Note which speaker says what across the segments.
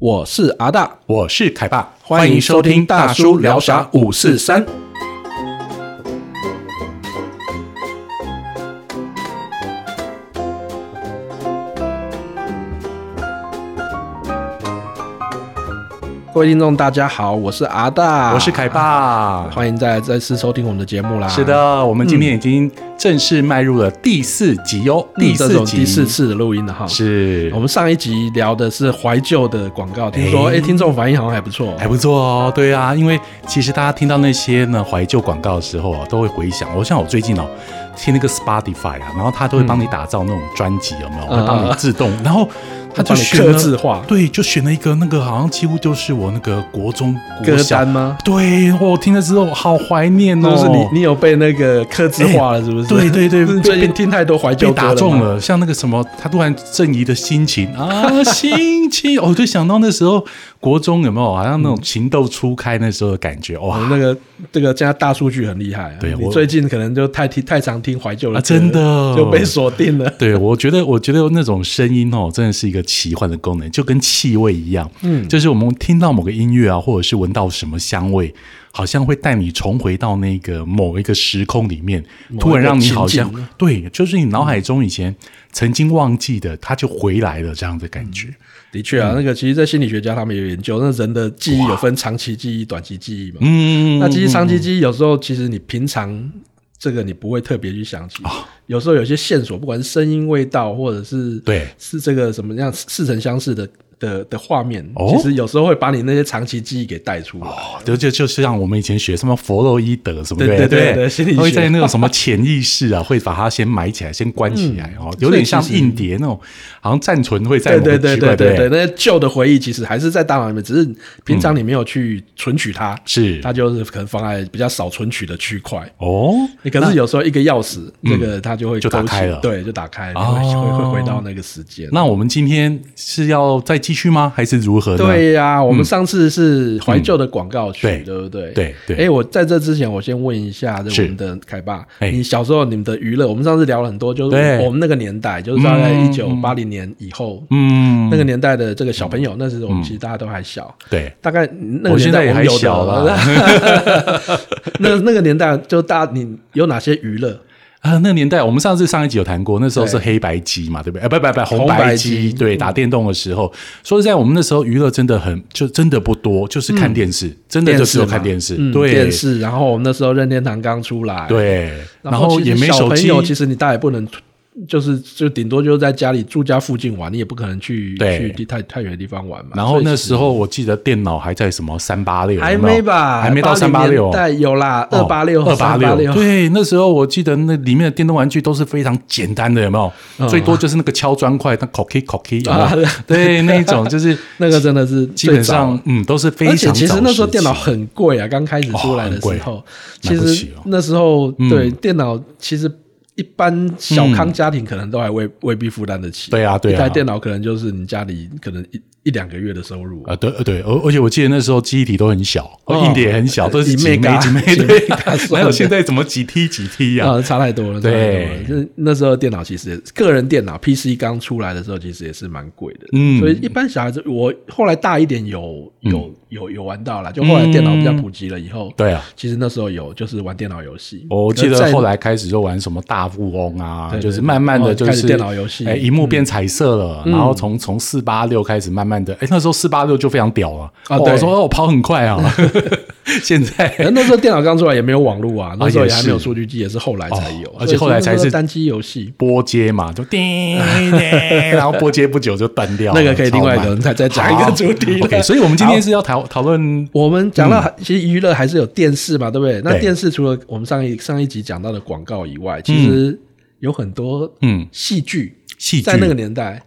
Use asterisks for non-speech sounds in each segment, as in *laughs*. Speaker 1: 我是阿大，
Speaker 2: 我是凯爸，
Speaker 1: 欢迎收听大叔聊啥五四三。各位听众，大家好，我是阿大，
Speaker 2: 我是凯，爸。
Speaker 1: 欢迎再再次收听我们的节目啦。
Speaker 2: 是，的，我们今天已经正式迈入了第四集哦，第
Speaker 1: 嗯这
Speaker 2: 四
Speaker 1: 种
Speaker 2: 集，
Speaker 1: 第四次的录音了哈。
Speaker 2: 是
Speaker 1: 我们上一集聊的是怀旧的广告，听说哎、
Speaker 2: 哎
Speaker 1: 诶听众反应好像还不错哦，
Speaker 2: 还不错哦，对啊，因为其实大家听到那些呢怀旧广告的时候啊，都会回想。我像我最近哦，听那个 Spotify 啊，然后它都会帮你打造那种专辑，有没有？
Speaker 1: 嗯
Speaker 2: 会帮你自动，然后它就
Speaker 1: 帮你
Speaker 2: 选了
Speaker 1: 刻字化
Speaker 2: 对，就选了一个那个好像几乎就是我那个国中国
Speaker 1: 歌
Speaker 2: 小
Speaker 1: 单。吗？
Speaker 2: 对，我听了之后好怀念哦，
Speaker 1: 就是你，你有被那个刻字化了，是不是？
Speaker 2: 对对对
Speaker 1: 是 *laughs* 最近听太多怀旧
Speaker 2: 被
Speaker 1: 歌
Speaker 2: 打中
Speaker 1: 吗。
Speaker 2: 了，像那个什么，他突然正义的心情
Speaker 1: *laughs*
Speaker 2: 啊，心情，哦我就想到那时候国中有没有，好像那种情窦初开那时候的感觉，
Speaker 1: 我
Speaker 2: 哇
Speaker 1: 哦们，那个这个现在大数据很厉害、啊，
Speaker 2: 对
Speaker 1: 你
Speaker 2: 我
Speaker 1: 最近可能就太听太常听怀旧了、
Speaker 2: 啊真的
Speaker 1: 就被锁定了。
Speaker 2: 对我觉得，我觉得那种声音哦，真的是一个奇幻的功能，就跟气味一样，
Speaker 1: 嗯
Speaker 2: 就是我们听到某个音乐啊，或者是闻到什么香味，好像会带你重回到那个某一个时空里面，
Speaker 1: 某一个
Speaker 2: 突然让你好像
Speaker 1: 情境嗯
Speaker 2: 对，就是你脑海中以前曾经忘记的，它就回来了这样的感觉。
Speaker 1: 的确
Speaker 2: 嗯
Speaker 1: 啊，那个其实，在心理学家他们有研究，那人的记忆有分长期记忆、短期记忆嘛。
Speaker 2: 嗯，
Speaker 1: 那其实长期记忆有时候，其实你平常这个你不会特别去想
Speaker 2: 哦
Speaker 1: 起，有时候有些线索，不管是声音、味道，或者是
Speaker 2: 对
Speaker 1: 是这个什么样似曾相识的的的画面，
Speaker 2: 哦
Speaker 1: 其实有时候会把你那些长期记忆给带出来。
Speaker 2: 哦，就就就是像我们以前学什么弗洛伊德什么
Speaker 1: 对
Speaker 2: 对
Speaker 1: 对对对心理学
Speaker 2: 会在那种什么潜意
Speaker 1: *laughs*
Speaker 2: 识啊，会把它先埋起来，先关起来
Speaker 1: 嗯
Speaker 2: 哦，有点像硬碟那种，好像暂存会
Speaker 1: 对
Speaker 2: 在某
Speaker 1: 对
Speaker 2: 个
Speaker 1: 对
Speaker 2: 区
Speaker 1: 对
Speaker 2: 块
Speaker 1: 对
Speaker 2: 不
Speaker 1: 对，那些旧的回忆其实还是在大脑里面，只是平常你没有去存取它，
Speaker 2: 是
Speaker 1: 它就是可能放在比较少存取的区块。
Speaker 2: 哦，
Speaker 1: 可是有时候一个钥匙，这个它就会
Speaker 2: 嗯就打
Speaker 1: 勾起
Speaker 2: 开了
Speaker 1: 对，就打开，
Speaker 2: 哦
Speaker 1: 会会会回到那个时间。
Speaker 2: 那我们今天是要再继续吗？还是如何呢？
Speaker 1: 对呀、我们上次是怀旧的广告曲，
Speaker 2: 嗯
Speaker 1: 对不对？
Speaker 2: 对对
Speaker 1: 哎，我在这之前，我先问一下这
Speaker 2: 是
Speaker 1: 我们的凯爸，
Speaker 2: 哎
Speaker 1: 你小时候你们的娱乐，我们上次聊了很多，就是
Speaker 2: 对
Speaker 1: 我们那个年代，就是大概
Speaker 2: 嗯
Speaker 1: 一九八零年以后、
Speaker 2: 嗯，
Speaker 1: 那个年代的这个小朋友，那时候我们其实大家都还小。
Speaker 2: 对，
Speaker 1: 大概那个
Speaker 2: 我
Speaker 1: 年
Speaker 2: 现在
Speaker 1: 代
Speaker 2: 也
Speaker 1: 我们
Speaker 2: 还
Speaker 1: 有的
Speaker 2: 小啦
Speaker 1: *laughs* 那那个年代就大，你有哪些娱乐？
Speaker 2: 啊、那个年代，我们上次上一集有谈过，那时候是
Speaker 1: 对
Speaker 2: 黑白机嘛，对不对？哎、不不不，红
Speaker 1: 红白
Speaker 2: 白
Speaker 1: 机嗯
Speaker 2: 机，对，打电动的时候，说实在，我们那时候娱乐真的很，就真的不多，就是看电视，真的就只有
Speaker 1: 嗯嘛
Speaker 2: 看电视，
Speaker 1: 嗯
Speaker 2: 对，
Speaker 1: 电，视。然后我们那时候任天堂刚出来，
Speaker 2: 对，
Speaker 1: 然
Speaker 2: 然
Speaker 1: 后
Speaker 2: 后
Speaker 1: 其实
Speaker 2: 也没
Speaker 1: 小
Speaker 2: 手
Speaker 1: 朋
Speaker 2: 机，
Speaker 1: 友，其实你大也不能，就是就顶多就是在家里住家附近玩，你也不可能去
Speaker 2: 对
Speaker 1: 去地太太远的地方玩嘛。
Speaker 2: 然
Speaker 1: 所
Speaker 2: 后
Speaker 1: 以
Speaker 2: 那
Speaker 1: 其实
Speaker 2: 时候我记得电脑还在什么三八六，
Speaker 1: 还
Speaker 2: 有没
Speaker 1: 没
Speaker 2: 有
Speaker 1: 吧，
Speaker 2: 还没到三八六，哦
Speaker 1: 但有啦，二八六、
Speaker 2: 二八
Speaker 1: 六，
Speaker 2: 六， *laughs* 对，那时候我记得那里面的电动玩具都是非常简单的，有没有？
Speaker 1: 嗯
Speaker 2: 最多就是那个敲砖块，那 cookie cookie，
Speaker 1: 啊
Speaker 2: 有没有？对，那一种就是
Speaker 1: *laughs* 那个真的是
Speaker 2: 基本
Speaker 1: 最早
Speaker 2: 上，嗯，都是非
Speaker 1: 而
Speaker 2: 常
Speaker 1: 且其
Speaker 2: 早
Speaker 1: 实那时候
Speaker 2: 期
Speaker 1: 电脑很贵啊，刚开始出来的时候，其
Speaker 2: 买不
Speaker 1: 实
Speaker 2: 起哦
Speaker 1: 那时候
Speaker 2: 嗯
Speaker 1: 对电脑其实。一般小康家庭可能都还未未必负担得起，
Speaker 2: 对啊对啊
Speaker 1: 一台电脑可能就是你家里可能一一两个月的收入，
Speaker 2: 啊，对呃对，而而且我记得那时候记忆体都很小，
Speaker 1: 哦
Speaker 2: 硬碟也很小，都
Speaker 1: 几
Speaker 2: 是几
Speaker 1: mega，
Speaker 2: 枚几枚，
Speaker 1: 几 *laughs* mega 算
Speaker 2: 对，哪有
Speaker 1: 的
Speaker 2: 现在怎么几 T 几 T 呀？
Speaker 1: 啊，差太多了。差太多了
Speaker 2: 对
Speaker 1: 就是那时候电脑其实也个人电脑 PC 刚出来的时候，其实也是蛮贵的。
Speaker 2: 嗯
Speaker 1: 所以一般小孩子，我后来大一点有有有有玩到啦，就后来电脑比较普及了以后，
Speaker 2: 对啊，哦
Speaker 1: 其实那时候有就是玩电脑游戏。
Speaker 2: 我记
Speaker 1: 可是在
Speaker 2: 得后来开始就玩什么大富翁啊
Speaker 1: 对，对
Speaker 2: 就是慢慢的
Speaker 1: 哦
Speaker 2: 就
Speaker 1: 开始
Speaker 2: 是
Speaker 1: 电脑游戏嗯
Speaker 2: 哎，荧幕变彩色了，然后从从四八六开始慢慢的，哎，那时候四八六就非常屌了，
Speaker 1: 啊
Speaker 2: 哦
Speaker 1: 对
Speaker 2: 我说哦我跑很快啊， *laughs* 现在
Speaker 1: 可能那时候电脑刚出来也没有网络啊，那时候也还没有
Speaker 2: 哎也是
Speaker 1: 数据机，也是后来才有，
Speaker 2: 哦而且后来才是
Speaker 1: 所以那时候单机游戏。
Speaker 2: 波接嘛，就叮叮，然后波接不久就断掉
Speaker 1: *laughs*
Speaker 2: 了，
Speaker 1: 那个可以另外可能再再讲一个主题了
Speaker 2: 哦 OK，所以我们今
Speaker 1: 好
Speaker 2: 天是要讨讨论
Speaker 1: 我们讲到，其实娱乐还是有电视嘛，对不对？那
Speaker 2: 嗯对
Speaker 1: 电视除了我们上一上一集讲到的广告以外，其实有很多
Speaker 2: 嗯
Speaker 1: 戏剧，
Speaker 2: 戏剧
Speaker 1: 在那个年代，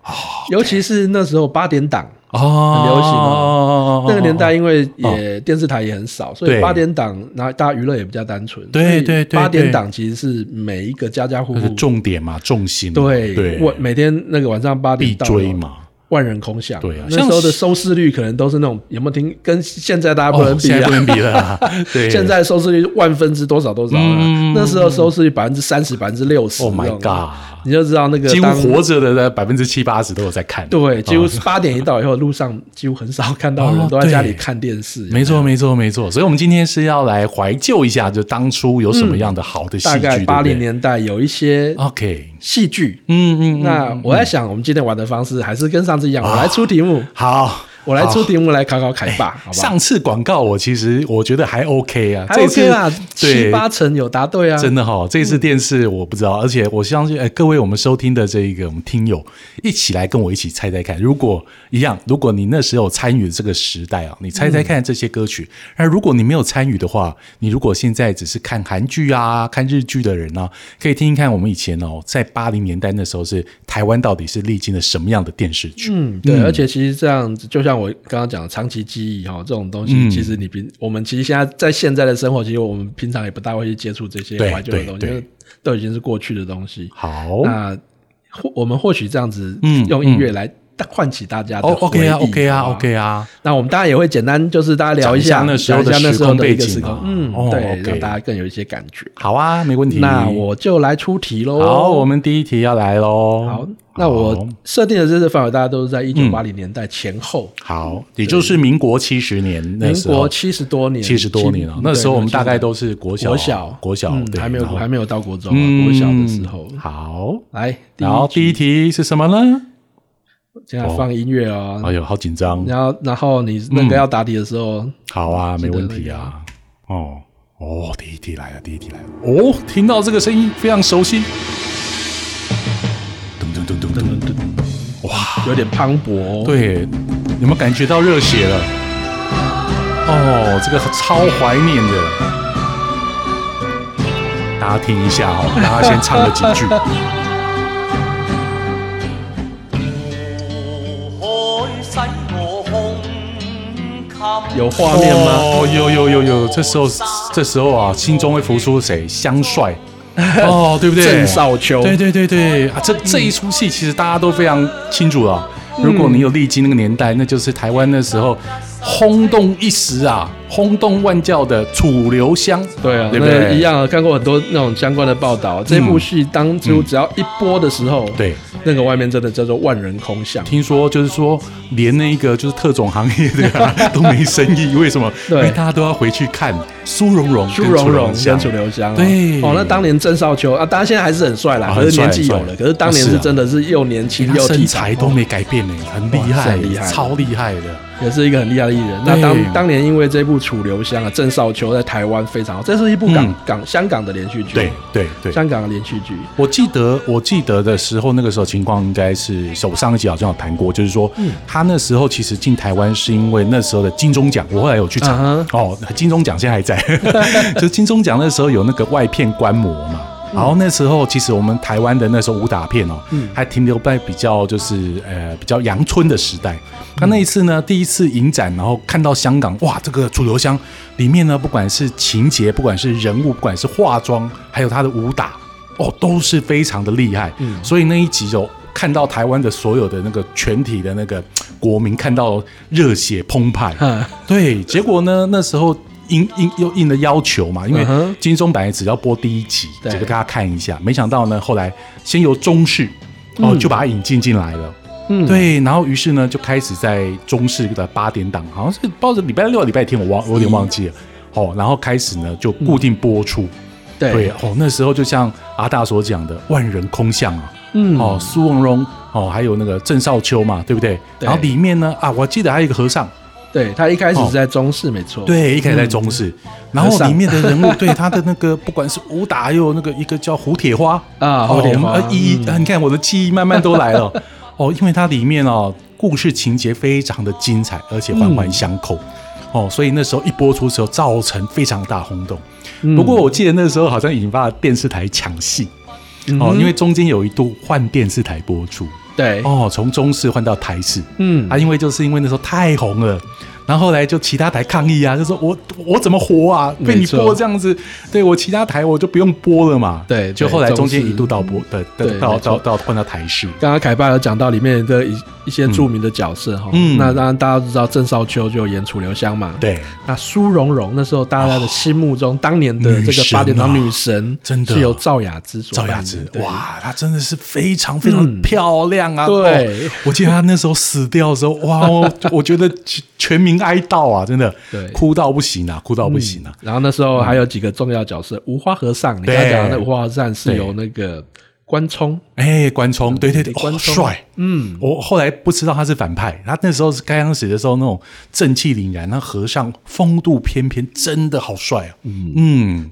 Speaker 1: 尤其是那时候八点档
Speaker 2: 哦，
Speaker 1: 很流行
Speaker 2: 哦
Speaker 1: 那个年代，因为也电视台也很少，所以
Speaker 2: 对
Speaker 1: 八点档，然后大家娱乐也比较单纯。
Speaker 2: 对对对
Speaker 1: 八点档其实是每一个家家户
Speaker 2: 那是
Speaker 1: 户
Speaker 2: 重点嘛，重心嘛
Speaker 1: 对
Speaker 2: 对，
Speaker 1: 我每天那个晚上八点
Speaker 2: 必
Speaker 1: 到
Speaker 2: 追嘛。
Speaker 1: 万人空巷。
Speaker 2: 对啊
Speaker 1: 那
Speaker 2: 像
Speaker 1: 时候的收视率可能都是那种有没有听？跟现在大家不能
Speaker 2: 哦，
Speaker 1: 比
Speaker 2: 现在
Speaker 1: 啊
Speaker 2: 不。能比了啊，
Speaker 1: *laughs*
Speaker 2: 对，
Speaker 1: 现在
Speaker 2: 嗯
Speaker 1: 收视率万分之多少多少、啊，那时候收视率百分之三十、百分之六十。
Speaker 2: Oh
Speaker 1: 你
Speaker 2: my
Speaker 1: 知道吗
Speaker 2: god！
Speaker 1: 你就知道那个
Speaker 2: 几乎
Speaker 1: 当
Speaker 2: 活着的百分之七八十都有在看。
Speaker 1: 对，几乎
Speaker 2: 哦
Speaker 1: 八点一到以后，路上几乎很少看到人
Speaker 2: 哦
Speaker 1: 都在家里
Speaker 2: 对
Speaker 1: 看电视。
Speaker 2: 没错，没错，没错。所以，我们今天是要来怀旧一下，就当初有什么样的好的
Speaker 1: 嗯
Speaker 2: 戏
Speaker 1: 大
Speaker 2: 剧，
Speaker 1: 概
Speaker 2: 对不
Speaker 1: 八零
Speaker 2: 对
Speaker 1: 年代有一些
Speaker 2: ，OK，
Speaker 1: 戏剧。
Speaker 2: 嗯嗯，嗯啊
Speaker 1: 那我在想，我们今天玩的方式还是跟上次一样，我来出题目，
Speaker 2: 好，
Speaker 1: 我来出
Speaker 2: 好。
Speaker 1: 题目来考考凯爸，好不好？
Speaker 2: 啊哎上次广告我其实我觉得还 OK 啊，
Speaker 1: 还
Speaker 2: 这
Speaker 1: OK
Speaker 2: 次
Speaker 1: 啦，七
Speaker 2: 对
Speaker 1: 八成有答对啊。
Speaker 2: 真的哈、哦，这次电视我不知道，而且我相信，哎，各位我们收听的这一个我们听友一起来跟我一起猜猜看。如果一样，如果你那时候参与这个时代啊，你猜猜看这些歌曲。那、如果你没有参与的话，你如果现在只是看韩剧啊、看日剧的人呢、可以听听看我们以前哦，在八零年代那时候是台湾到底是历经了什么样的电视剧？
Speaker 1: 嗯，对，而且其实这样子，就像我刚刚讲的，长期记忆哈，这种东
Speaker 2: 嗯
Speaker 1: 西，其实你平我们其实现在在现在的生活，其实我们平常也不大会去接触这些
Speaker 2: 对
Speaker 1: 怀旧的
Speaker 2: 对
Speaker 1: 东西，
Speaker 2: 对
Speaker 1: 因为都已经是过去的东西。
Speaker 2: 好，
Speaker 1: 那或我们或许这样子
Speaker 2: 嗯
Speaker 1: 用音乐来唤起大家的
Speaker 2: 哦，OK 啊
Speaker 1: 回忆
Speaker 2: ，OK 啊
Speaker 1: 好不好
Speaker 2: ，OK 啊，
Speaker 1: 那我们当然也会简单，就是大家聊一下
Speaker 2: 讲一下那时候的
Speaker 1: 讲一下那时候的一个
Speaker 2: 时
Speaker 1: 时
Speaker 2: 空
Speaker 1: 空
Speaker 2: 背景啊，
Speaker 1: 嗯
Speaker 2: 哦，
Speaker 1: 对，
Speaker 2: OK
Speaker 1: 让大家更有一些感觉。
Speaker 2: 好啊，没问题。
Speaker 1: 那我就来出题喽。
Speaker 2: 好，我们第一题要来喽。
Speaker 1: 好，那
Speaker 2: 好
Speaker 1: 我设定的这次范围，大家都是在一九八零年代前后，
Speaker 2: 好，也就是民国七十年那
Speaker 1: 民
Speaker 2: 时
Speaker 1: 国
Speaker 2: 候，
Speaker 1: 七十多年，
Speaker 2: 七十多年啊
Speaker 1: 嗯，
Speaker 2: 那时候我们
Speaker 1: 对70
Speaker 2: 大概都是国小、
Speaker 1: 国小，
Speaker 2: 国小，
Speaker 1: 嗯
Speaker 2: 对，
Speaker 1: 还没有
Speaker 2: 然后
Speaker 1: 还没有到国中啊，
Speaker 2: 嗯
Speaker 1: 国小的时候。
Speaker 2: 好，
Speaker 1: 来，第
Speaker 2: 然后
Speaker 1: 一，
Speaker 2: 第一题是什么呢？
Speaker 1: 现在放音乐哦
Speaker 2: 哎。呦，好紧张。
Speaker 1: 然后，然后你那个要答题的时候，
Speaker 2: 好啊，没问题啊。哦哦，第一题来了，第一题来了。哦，听到这个声音非常熟悉。咚咚咚咚咚咚。嗯哇，
Speaker 1: 有点磅礴。，
Speaker 2: 哦
Speaker 1: 哦
Speaker 2: 对，有没有感觉到热血了？哦，这个超怀念的。大家听一下
Speaker 1: *laughs*
Speaker 2: 哦，大家先唱了几句。
Speaker 1: 有画面吗？
Speaker 2: 哦，有有有有，这时候这时候啊，心中会浮出谁？香
Speaker 1: *laughs*
Speaker 2: 帅，哦，对不对？
Speaker 1: 郑少秋，嗯
Speaker 2: 对对对对啊，这这一出戏其实大家都非常清楚了。如果你有历经那个年代，那就是台湾那时候轰动一时啊，轰动万教的《楚留香》。
Speaker 1: 对啊，
Speaker 2: 对不
Speaker 1: 那
Speaker 2: 对
Speaker 1: 一样啊，看过很多那种相关的报道。这部戏当初只要一播的时候，
Speaker 2: 对，
Speaker 1: 那个外面真的叫做万人空巷。
Speaker 2: 听说就是说，连那个就是特种行业的、啊、都没生意，为什么？因
Speaker 1: 对
Speaker 2: 为大家都要回去看苏蓉蓉、
Speaker 1: 朱荣荣
Speaker 2: 相
Speaker 1: 跟楚留香啊，
Speaker 2: 对
Speaker 1: 哦，那当年郑少秋啊，当然现在还是很帅啦，
Speaker 2: 啊
Speaker 1: 可是年
Speaker 2: 很帅
Speaker 1: 纪有
Speaker 2: 很
Speaker 1: 了，
Speaker 2: 帅
Speaker 1: 可是当年
Speaker 2: 是
Speaker 1: 是
Speaker 2: 啊
Speaker 1: 真的是又年轻
Speaker 2: 他
Speaker 1: 又
Speaker 2: 身
Speaker 1: 体
Speaker 2: 材
Speaker 1: 态
Speaker 2: 都没改变呢、很厉
Speaker 1: 哇是
Speaker 2: 害，
Speaker 1: 很厉害
Speaker 2: 超厉害的。
Speaker 1: 也是一个很厉害的艺人。那
Speaker 2: 对
Speaker 1: 当当年因为这部《楚留香》啊，郑少秋在台湾非常好，这是一部港
Speaker 2: 嗯
Speaker 1: 港香港的连续剧，
Speaker 2: 对对对，
Speaker 1: 香港的连续剧，
Speaker 2: 我记得，我记得的时候，那个时候情况应该是，手上一集好像有谈过，就是说，
Speaker 1: 嗯
Speaker 2: 他那时候其实进台湾是因为那时候的金钟奖，我后来有去查，
Speaker 1: 嗯
Speaker 2: 哦，金钟奖现在还在，就是金钟奖那时候有那个外片观摩嘛。然后那时候，其实我们台湾的那时候武打片哦，还停留在比较就是呃比较阳春的时代。那那一次呢，第一次影展，然后看到香港，哇，这个《楚留香》里面呢，不管是情节，不管是人物，不管是化妆，还有他的武打，哦，都是非常的厉害。所以那一集有看到台湾的所有的那个全体的那个国民看到热血澎湃，
Speaker 1: 嗯
Speaker 2: 对，结果呢那时候。应应又应了要求嘛，因为
Speaker 1: 嗯哼
Speaker 2: 金钟本来只要播第一集，
Speaker 1: 对
Speaker 2: 只给大家看一下，没想到呢，后来先由中视哦、就把它引进进来了。
Speaker 1: 嗯，
Speaker 2: 对，然后于是呢就开始在中视的八点档，好像是抱着礼拜六、礼拜天，我忘我有点忘记了。
Speaker 1: 嗯
Speaker 2: 哦，然后开始呢就固定播出。对
Speaker 1: 对，
Speaker 2: 哦，那时候就像阿大所讲的，万人空巷啊，
Speaker 1: 嗯，
Speaker 2: 哦，苏蓉蓉，哦，还有那个郑少秋嘛，对不对？
Speaker 1: 对
Speaker 2: 然后里面呢，啊，我记得还有一个和尚，
Speaker 1: 对他一开始
Speaker 2: 哦
Speaker 1: 是在中视，没错，
Speaker 2: 对，一开始在中视，然后
Speaker 1: 嗯和尚
Speaker 2: 里面的
Speaker 1: *laughs*
Speaker 2: 人物对他的那个，不管是武打，还有那个一个叫胡铁花
Speaker 1: 啊
Speaker 2: 哦
Speaker 1: 胡铁花
Speaker 2: 我们呃一、
Speaker 1: 嗯
Speaker 2: 啊你看我的记忆慢慢都来了哦，因为它里面哦故事情节非常的精彩，而且环
Speaker 1: 嗯
Speaker 2: 环相扣。哦，所以那时候一播出的时候，造成非常大轰动。
Speaker 1: 嗯
Speaker 2: 不过我记得那时候好像引发了电视台抢戏、
Speaker 1: 嗯
Speaker 2: 哦，因为中间有一度换电视台播出哦
Speaker 1: 对，
Speaker 2: 哦，从中视换到台视，
Speaker 1: 嗯
Speaker 2: 啊，因为就是因为那时候太红了，然后后来就其他台抗议啊，就说我我怎么活啊？被你
Speaker 1: 没错
Speaker 2: 播这样子，对我其他台我就不用播了嘛。
Speaker 1: 对
Speaker 2: 就
Speaker 1: 对
Speaker 2: 后来中间
Speaker 1: 中视
Speaker 2: 一度到播的
Speaker 1: 对
Speaker 2: 到
Speaker 1: 没错
Speaker 2: 到到换到台视，
Speaker 1: 刚刚凯爸有讲到里面的一一些著名的角色哈，
Speaker 2: 嗯
Speaker 1: 那当然大家都知道郑少秋就演楚留香嘛，，
Speaker 2: 对，
Speaker 1: 那苏蓉蓉那时候大家的心目中、当年的这
Speaker 2: 哦女
Speaker 1: 个
Speaker 2: 神啊
Speaker 1: 八点档女神，
Speaker 2: 真的
Speaker 1: 是由赵雅芝所
Speaker 2: 赵雅
Speaker 1: 扮
Speaker 2: 芝
Speaker 1: 演，对
Speaker 2: 哇，她真的是非常非常
Speaker 1: 嗯
Speaker 2: 漂亮啊！
Speaker 1: 对
Speaker 2: 哦我记得她那时候死掉的时候，哇，我我觉得全全民哀悼啊，真的，
Speaker 1: 对
Speaker 2: 哭到不行啊，哭到不行啊！
Speaker 1: 然后那时候还有几个重要角
Speaker 2: 嗯
Speaker 1: 色，无花和尚，你
Speaker 2: 对
Speaker 1: 刚刚讲的那无花和尚是由那个关冲，
Speaker 2: 哎，关冲，对对对，
Speaker 1: 关
Speaker 2: 哦
Speaker 1: 冲
Speaker 2: 帅。
Speaker 1: 嗯，
Speaker 2: 我后来不知道他是反派，他那时候是刚开始的时候那种正气凛然，那和尚风度翩翩，真的好帅啊！嗯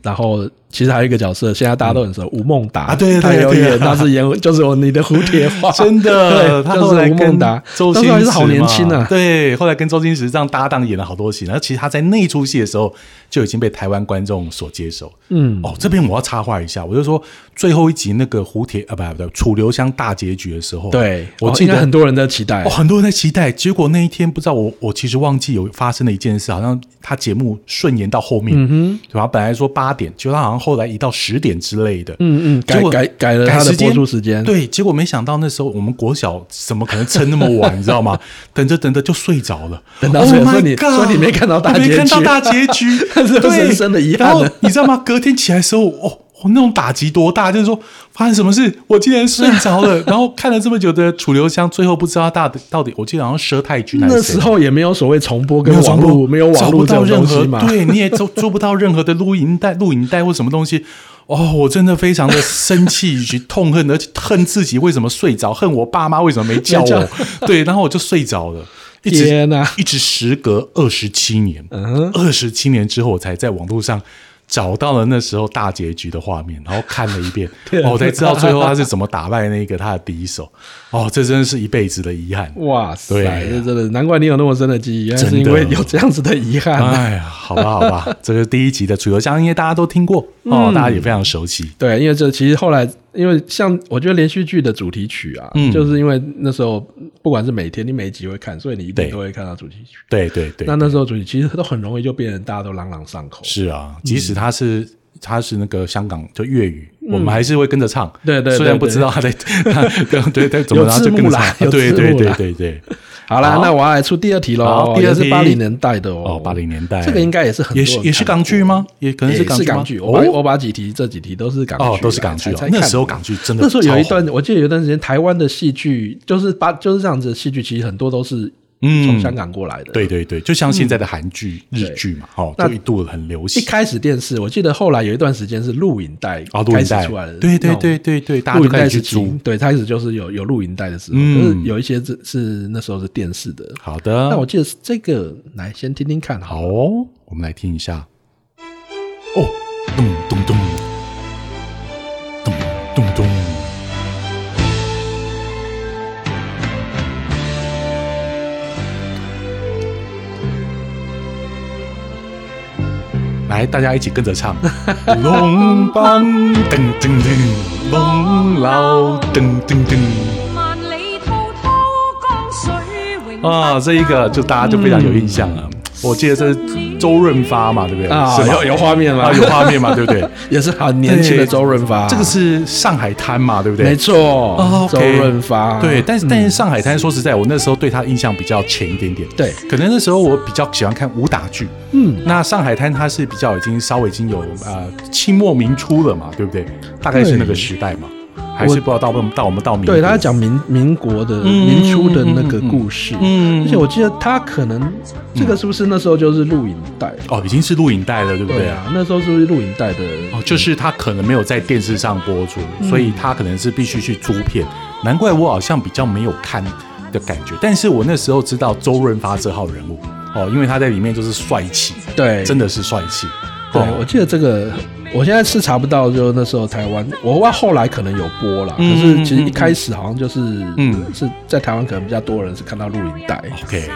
Speaker 1: 然后其实还有一个角色，现在大家都很熟，吴孟达
Speaker 2: 啊对对
Speaker 1: 他有
Speaker 2: 对
Speaker 1: 演，他是演 *laughs* 就是我你的蝴蝶
Speaker 2: *laughs*
Speaker 1: 花，
Speaker 2: 真的，
Speaker 1: 对
Speaker 2: 他
Speaker 1: 就
Speaker 2: 后来
Speaker 1: 是吴孟
Speaker 2: 跟
Speaker 1: 达，
Speaker 2: 周
Speaker 1: 当
Speaker 2: 星
Speaker 1: 时还
Speaker 2: 驰
Speaker 1: 是好年
Speaker 2: 嘛
Speaker 1: 轻啊，
Speaker 2: 对，后来跟周星驰这样搭档演了好多戏，然后其实他在那一出戏的时候就已经被台湾观众所接受。
Speaker 1: 嗯，
Speaker 2: 哦，这边我要插话一下，我就说最后一集那个蝴蝶啊，不不不，楚留香大结局的时候，
Speaker 1: 对，
Speaker 2: 我
Speaker 1: 哦
Speaker 2: 记
Speaker 1: 应
Speaker 2: 得
Speaker 1: 该很多人在期待
Speaker 2: 哦，，很多人在期待，结果那一天不知道我，我其实忘记有发生了一件事，好像他节目顺延到后面，嗯、对吧？本来说八点，结果他好像后来移到十点之类的，
Speaker 1: 嗯嗯改
Speaker 2: 结果
Speaker 1: 改改了他的
Speaker 2: 时间
Speaker 1: 播出时间
Speaker 2: 对，结果没想到那时候我们国小怎么可能撑那么
Speaker 1: *laughs*
Speaker 2: 晚，你知道吗？等着等着就睡着了，
Speaker 1: 等到
Speaker 2: Oh
Speaker 1: 睡了
Speaker 2: my
Speaker 1: 所以你
Speaker 2: God，
Speaker 1: 所以你没看到大
Speaker 2: 我没
Speaker 1: 结
Speaker 2: 看到
Speaker 1: 局
Speaker 2: 大结局，
Speaker 1: *laughs* 这是
Speaker 2: 对
Speaker 1: 深深的遗憾
Speaker 2: 然后
Speaker 1: 呢
Speaker 2: 你知道吗？隔天起来的时候，哦。我那种打击多大，就是说发生什么事，我竟然睡着了。然后看了这么久的楚留香，最后不知道大到底，我记得好像佘太君还是
Speaker 1: 那
Speaker 2: 谁
Speaker 1: 时候也没有所谓重播跟
Speaker 2: 没有
Speaker 1: 网
Speaker 2: 网络，
Speaker 1: 络，没有网络这
Speaker 2: 找
Speaker 1: 种
Speaker 2: 不到任
Speaker 1: 东
Speaker 2: 何
Speaker 1: 西嘛，
Speaker 2: 对，你也做做不到任何的录音带、录影带或什么东西。哦，我真的非常的生气以及痛恨，而且恨自己为什么睡着，恨我爸妈为什么没叫
Speaker 1: 没叫
Speaker 2: 我。 *laughs* 对，然后我就睡着了，一直
Speaker 1: 天哪
Speaker 2: 一直时隔二十七年，
Speaker 1: 嗯
Speaker 2: 二十七年之后，我才在网络上。找到了那时候大结局的画面，然后看了一遍，哦，我才知道最后他是怎么打败那个他的敌手。哦，这真的是一辈子的遗憾。
Speaker 1: 哇塞，
Speaker 2: 对啊
Speaker 1: 这真的难怪你有那么深的记忆，原来是
Speaker 2: 真的
Speaker 1: 因为有这样子的遗憾啊、
Speaker 2: 哎呀，好吧，好吧，这是第一集的楚留香，因为大家都听过
Speaker 1: 嗯
Speaker 2: 哦，大家也非常熟悉。
Speaker 1: *laughs* 对，因为这其实后来，因为像我觉得连续剧的主题曲啊，
Speaker 2: 嗯
Speaker 1: 就是因为那时候不管是每天你每一集会看，所以你一
Speaker 2: 对
Speaker 1: 定都会看到主题曲。
Speaker 2: 对对对
Speaker 1: 那，那时候主题其实都很容易就变成大家都朗朗上口。
Speaker 2: 是啊，即使他是他是那个香港就粤语，我们还是会跟着唱。
Speaker 1: 嗯对对对
Speaker 2: 虽然不知道他在 *laughs* 他对对怎么，
Speaker 1: 有
Speaker 2: 然后
Speaker 1: 字
Speaker 2: 就跟着
Speaker 1: 幕
Speaker 2: 唱
Speaker 1: 啦。
Speaker 2: 对
Speaker 1: 有字
Speaker 2: 对
Speaker 1: 幕
Speaker 2: 对对
Speaker 1: 啦
Speaker 2: 对对，
Speaker 1: 好啦，
Speaker 2: 好
Speaker 1: 那我要来出第二题喽
Speaker 2: 好，第二
Speaker 1: 也
Speaker 2: 题
Speaker 1: 是八零年代的哦
Speaker 2: 哦，，八零年代
Speaker 1: 这个应该也是很多
Speaker 2: 也
Speaker 1: 人
Speaker 2: 是
Speaker 1: 看
Speaker 2: 也是港剧吗？也可能
Speaker 1: 也
Speaker 2: 是
Speaker 1: 是
Speaker 2: 港
Speaker 1: 港
Speaker 2: 剧
Speaker 1: 剧
Speaker 2: 吗
Speaker 1: 我把
Speaker 2: 哦
Speaker 1: 我把几题这几题都是港剧啦
Speaker 2: 哦，都是港剧
Speaker 1: 才
Speaker 2: 哦
Speaker 1: 才。
Speaker 2: 那
Speaker 1: 看
Speaker 2: 时候
Speaker 1: 的
Speaker 2: 港剧真的
Speaker 1: 那时候有一
Speaker 2: 超
Speaker 1: 段，我记得有一段时间，台湾的戏剧就是八就是这样子的戏剧，其实很多都是
Speaker 2: 嗯
Speaker 1: 从香港过来的。
Speaker 2: 对对对，就像现在的韩剧、日剧嘛，哦，
Speaker 1: 嗯那
Speaker 2: 就一度很流
Speaker 1: 一
Speaker 2: 行。
Speaker 1: 开始电视，我记得后来有一段时间是录影带
Speaker 2: 啊，录
Speaker 1: 开
Speaker 2: 影
Speaker 1: 始
Speaker 2: 带
Speaker 1: 出来的，
Speaker 2: 对对对，对对，大家
Speaker 1: 录
Speaker 2: 就
Speaker 1: 影
Speaker 2: 开
Speaker 1: 带
Speaker 2: 始去
Speaker 1: 时
Speaker 2: 租
Speaker 1: 期，。对，开始就是有有录影带的时候，
Speaker 2: 嗯
Speaker 1: 可是有一些是是那时候是电视的。
Speaker 2: 好的，
Speaker 1: 那我记得是这个，来先听听看，
Speaker 2: 好，哦，我们来听一下。哦，咚咚咚，咚咚咚。来，大家一起跟着
Speaker 1: *laughs*
Speaker 2: 唱，龙邦噔噔噔，龙老噔噔噔。啊，
Speaker 3: Ờ.
Speaker 4: 啊，这
Speaker 2: 这
Speaker 4: 一
Speaker 2: 一
Speaker 4: 个
Speaker 2: 个
Speaker 4: 就
Speaker 2: 就
Speaker 4: 大
Speaker 2: 大
Speaker 4: 家
Speaker 2: 家
Speaker 4: 就非
Speaker 2: 就非
Speaker 4: 常
Speaker 2: 常
Speaker 4: 有
Speaker 2: 有
Speaker 4: 印
Speaker 2: 印
Speaker 4: 象
Speaker 2: 象
Speaker 4: 了
Speaker 2: 了。。我记得这是周润发嘛，对不对？
Speaker 1: 嗯啊
Speaker 2: 是，吧
Speaker 1: 有有画面
Speaker 2: 啊，
Speaker 1: 了，
Speaker 2: 有画面
Speaker 1: *laughs*
Speaker 2: 嘛，对不对？
Speaker 1: 也是很年轻的周润发，
Speaker 2: 这个是上海滩嘛，对不对？
Speaker 1: 没错
Speaker 2: 哦，
Speaker 1: 周
Speaker 2: OK
Speaker 1: 润发，嗯
Speaker 2: 对，但是但是上海滩，说实在，我那时候对他印象比较浅一点点。
Speaker 1: 对，
Speaker 2: 可能那时候我比较喜欢看武打剧。
Speaker 1: 嗯，
Speaker 2: 那上海滩它是比较已经稍微已经有呃清末明初了嘛，对不对？大概是那个时代嘛，还是不知道到我们到我们到民
Speaker 1: 对，
Speaker 2: 国
Speaker 1: 他在讲民民国的
Speaker 2: 嗯
Speaker 1: 民初的那个故事，
Speaker 2: 嗯嗯嗯嗯
Speaker 1: 而且我记得他可能这个是不是那时候就是录影带？
Speaker 2: 哦，已经是录影带了，对不
Speaker 1: 对
Speaker 2: 对？
Speaker 1: 啊，那时候是不是录影带的？
Speaker 2: 哦，就是他可能没有在电视上播出，
Speaker 1: 嗯
Speaker 2: 所以他可能是必须去租片。难怪我好像比较没有看的感觉，但是我那时候知道周润发这号人物哦，因为他在里面就是帅气，
Speaker 1: 对，
Speaker 2: 真的是帅气。
Speaker 1: 对
Speaker 2: 哦，
Speaker 1: 我记得这个，我现在是查不到，就那时候台湾，我忘后来可能有播啦，可
Speaker 2: 嗯
Speaker 1: 是其实一开始好像就是，
Speaker 2: 嗯
Speaker 1: 嗯，是在台湾可能比较多人是看到录影带，
Speaker 2: OK，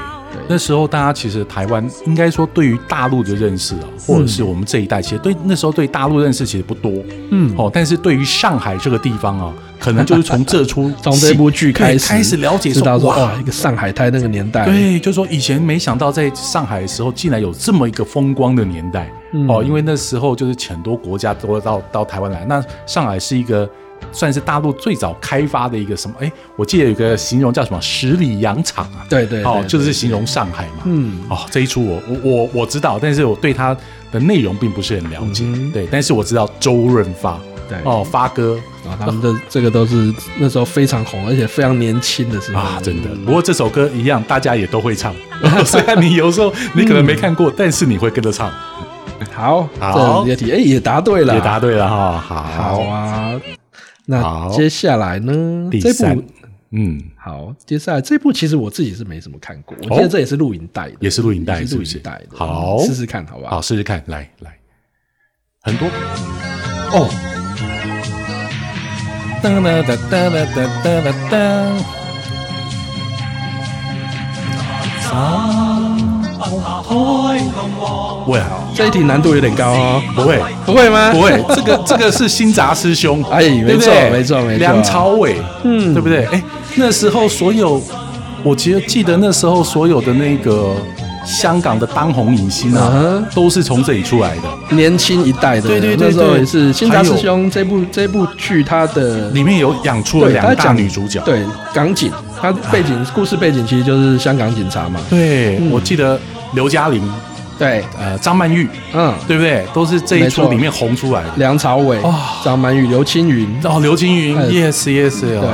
Speaker 2: 那时候大家其实台湾应该说对于大陆的认识啊，或者
Speaker 1: 嗯
Speaker 2: 是我们这一代，其实对那时候对大陆认识其实不多，
Speaker 1: 嗯
Speaker 2: 哦，但是对于上海这个地方啊，可能就是从这出
Speaker 1: *laughs* 从这部剧开
Speaker 2: 对
Speaker 1: 始
Speaker 2: 开始了解
Speaker 1: 知
Speaker 2: 说
Speaker 1: 道说哦
Speaker 2: 哇
Speaker 1: 哇，一个上海滩那个年代，
Speaker 2: 对，就说以前没想到在上海的时候，竟然有这么一个风光的年代、
Speaker 1: 嗯
Speaker 2: 哦，因为那时候就是很多国家都到到台湾来，那上海是一个。算是大陆最早开发的一个什么？哎，我记得有个形容叫什么“十里洋场”啊，
Speaker 1: 对对
Speaker 2: 哦，
Speaker 1: 对
Speaker 2: 就是形容上海嘛。
Speaker 1: 嗯，
Speaker 2: 哦，这一出我我我我知道，但是我对它的内容并不是很了解。
Speaker 1: 嗯
Speaker 2: 对，但是我知道周润发，
Speaker 1: 对
Speaker 2: 哦，发哥
Speaker 1: 啊，他们的这个都是那时候非常红，而且非常年轻的时候
Speaker 2: 啊，真的。不过这首歌一样，大家也都
Speaker 1: *laughs*
Speaker 2: 会唱。虽然你有时候你可能没看过，但是你会跟着唱。
Speaker 1: 好，
Speaker 2: 好
Speaker 1: 这也题哎也答对了，
Speaker 2: 也答对了哈，好，
Speaker 1: 好，啊。那
Speaker 2: 好
Speaker 1: 接下来呢？
Speaker 2: 第
Speaker 1: 这
Speaker 2: 三
Speaker 1: 部，
Speaker 2: 嗯，
Speaker 1: 好，接下来这部其实我自己是没怎么看过，我
Speaker 2: 哦
Speaker 1: 记得这也是录影带的，
Speaker 2: 也是录影带
Speaker 1: 也
Speaker 2: 是
Speaker 1: 是
Speaker 2: 不
Speaker 1: 录
Speaker 2: 是
Speaker 1: 影带的，
Speaker 2: 好
Speaker 1: 试试看好不
Speaker 2: 好，
Speaker 1: 好？
Speaker 2: 试试看，来来，很多哦。噔噔噔噔噔噔噔噔噔。喂，
Speaker 1: 这一题难度有点高哦，*laughs*
Speaker 2: 不会，
Speaker 1: 不会吗？
Speaker 2: 不会，这个这个是新杂师兄，
Speaker 1: *laughs* 哎没
Speaker 2: 对不
Speaker 1: 错
Speaker 2: 对
Speaker 1: 没错没错
Speaker 2: 梁朝伟，
Speaker 1: 嗯
Speaker 2: 对不对？哎，那时候所有，我其实记得那时候所有的那个香港的当红影星啊
Speaker 1: 嗯，
Speaker 2: 都是从这里出来的。
Speaker 1: 年轻一代的，
Speaker 2: 对对对
Speaker 1: 那时候
Speaker 2: 对
Speaker 1: 也是《新扎
Speaker 2: 还有
Speaker 1: 师兄》这部这部剧，它的
Speaker 2: 里面有养出了
Speaker 1: 对
Speaker 2: 两
Speaker 1: 它
Speaker 2: 大
Speaker 1: 讲
Speaker 2: 女主角。啊
Speaker 1: 对港警，它背景故事背景其实就是香港警察嘛，
Speaker 2: 对，
Speaker 1: 嗯
Speaker 2: 我记得刘嘉玲、
Speaker 1: 对，
Speaker 2: 呃张曼玉，
Speaker 1: 嗯，
Speaker 2: 对不对？都是这一
Speaker 1: 没
Speaker 2: 出
Speaker 1: 错
Speaker 2: 里面红出来的。
Speaker 1: 梁朝伟
Speaker 2: 哇、
Speaker 1: 张曼玉、刘青云，
Speaker 2: 哦，刘青云
Speaker 1: 哎
Speaker 2: ，yes yes，
Speaker 1: 对
Speaker 2: 哦，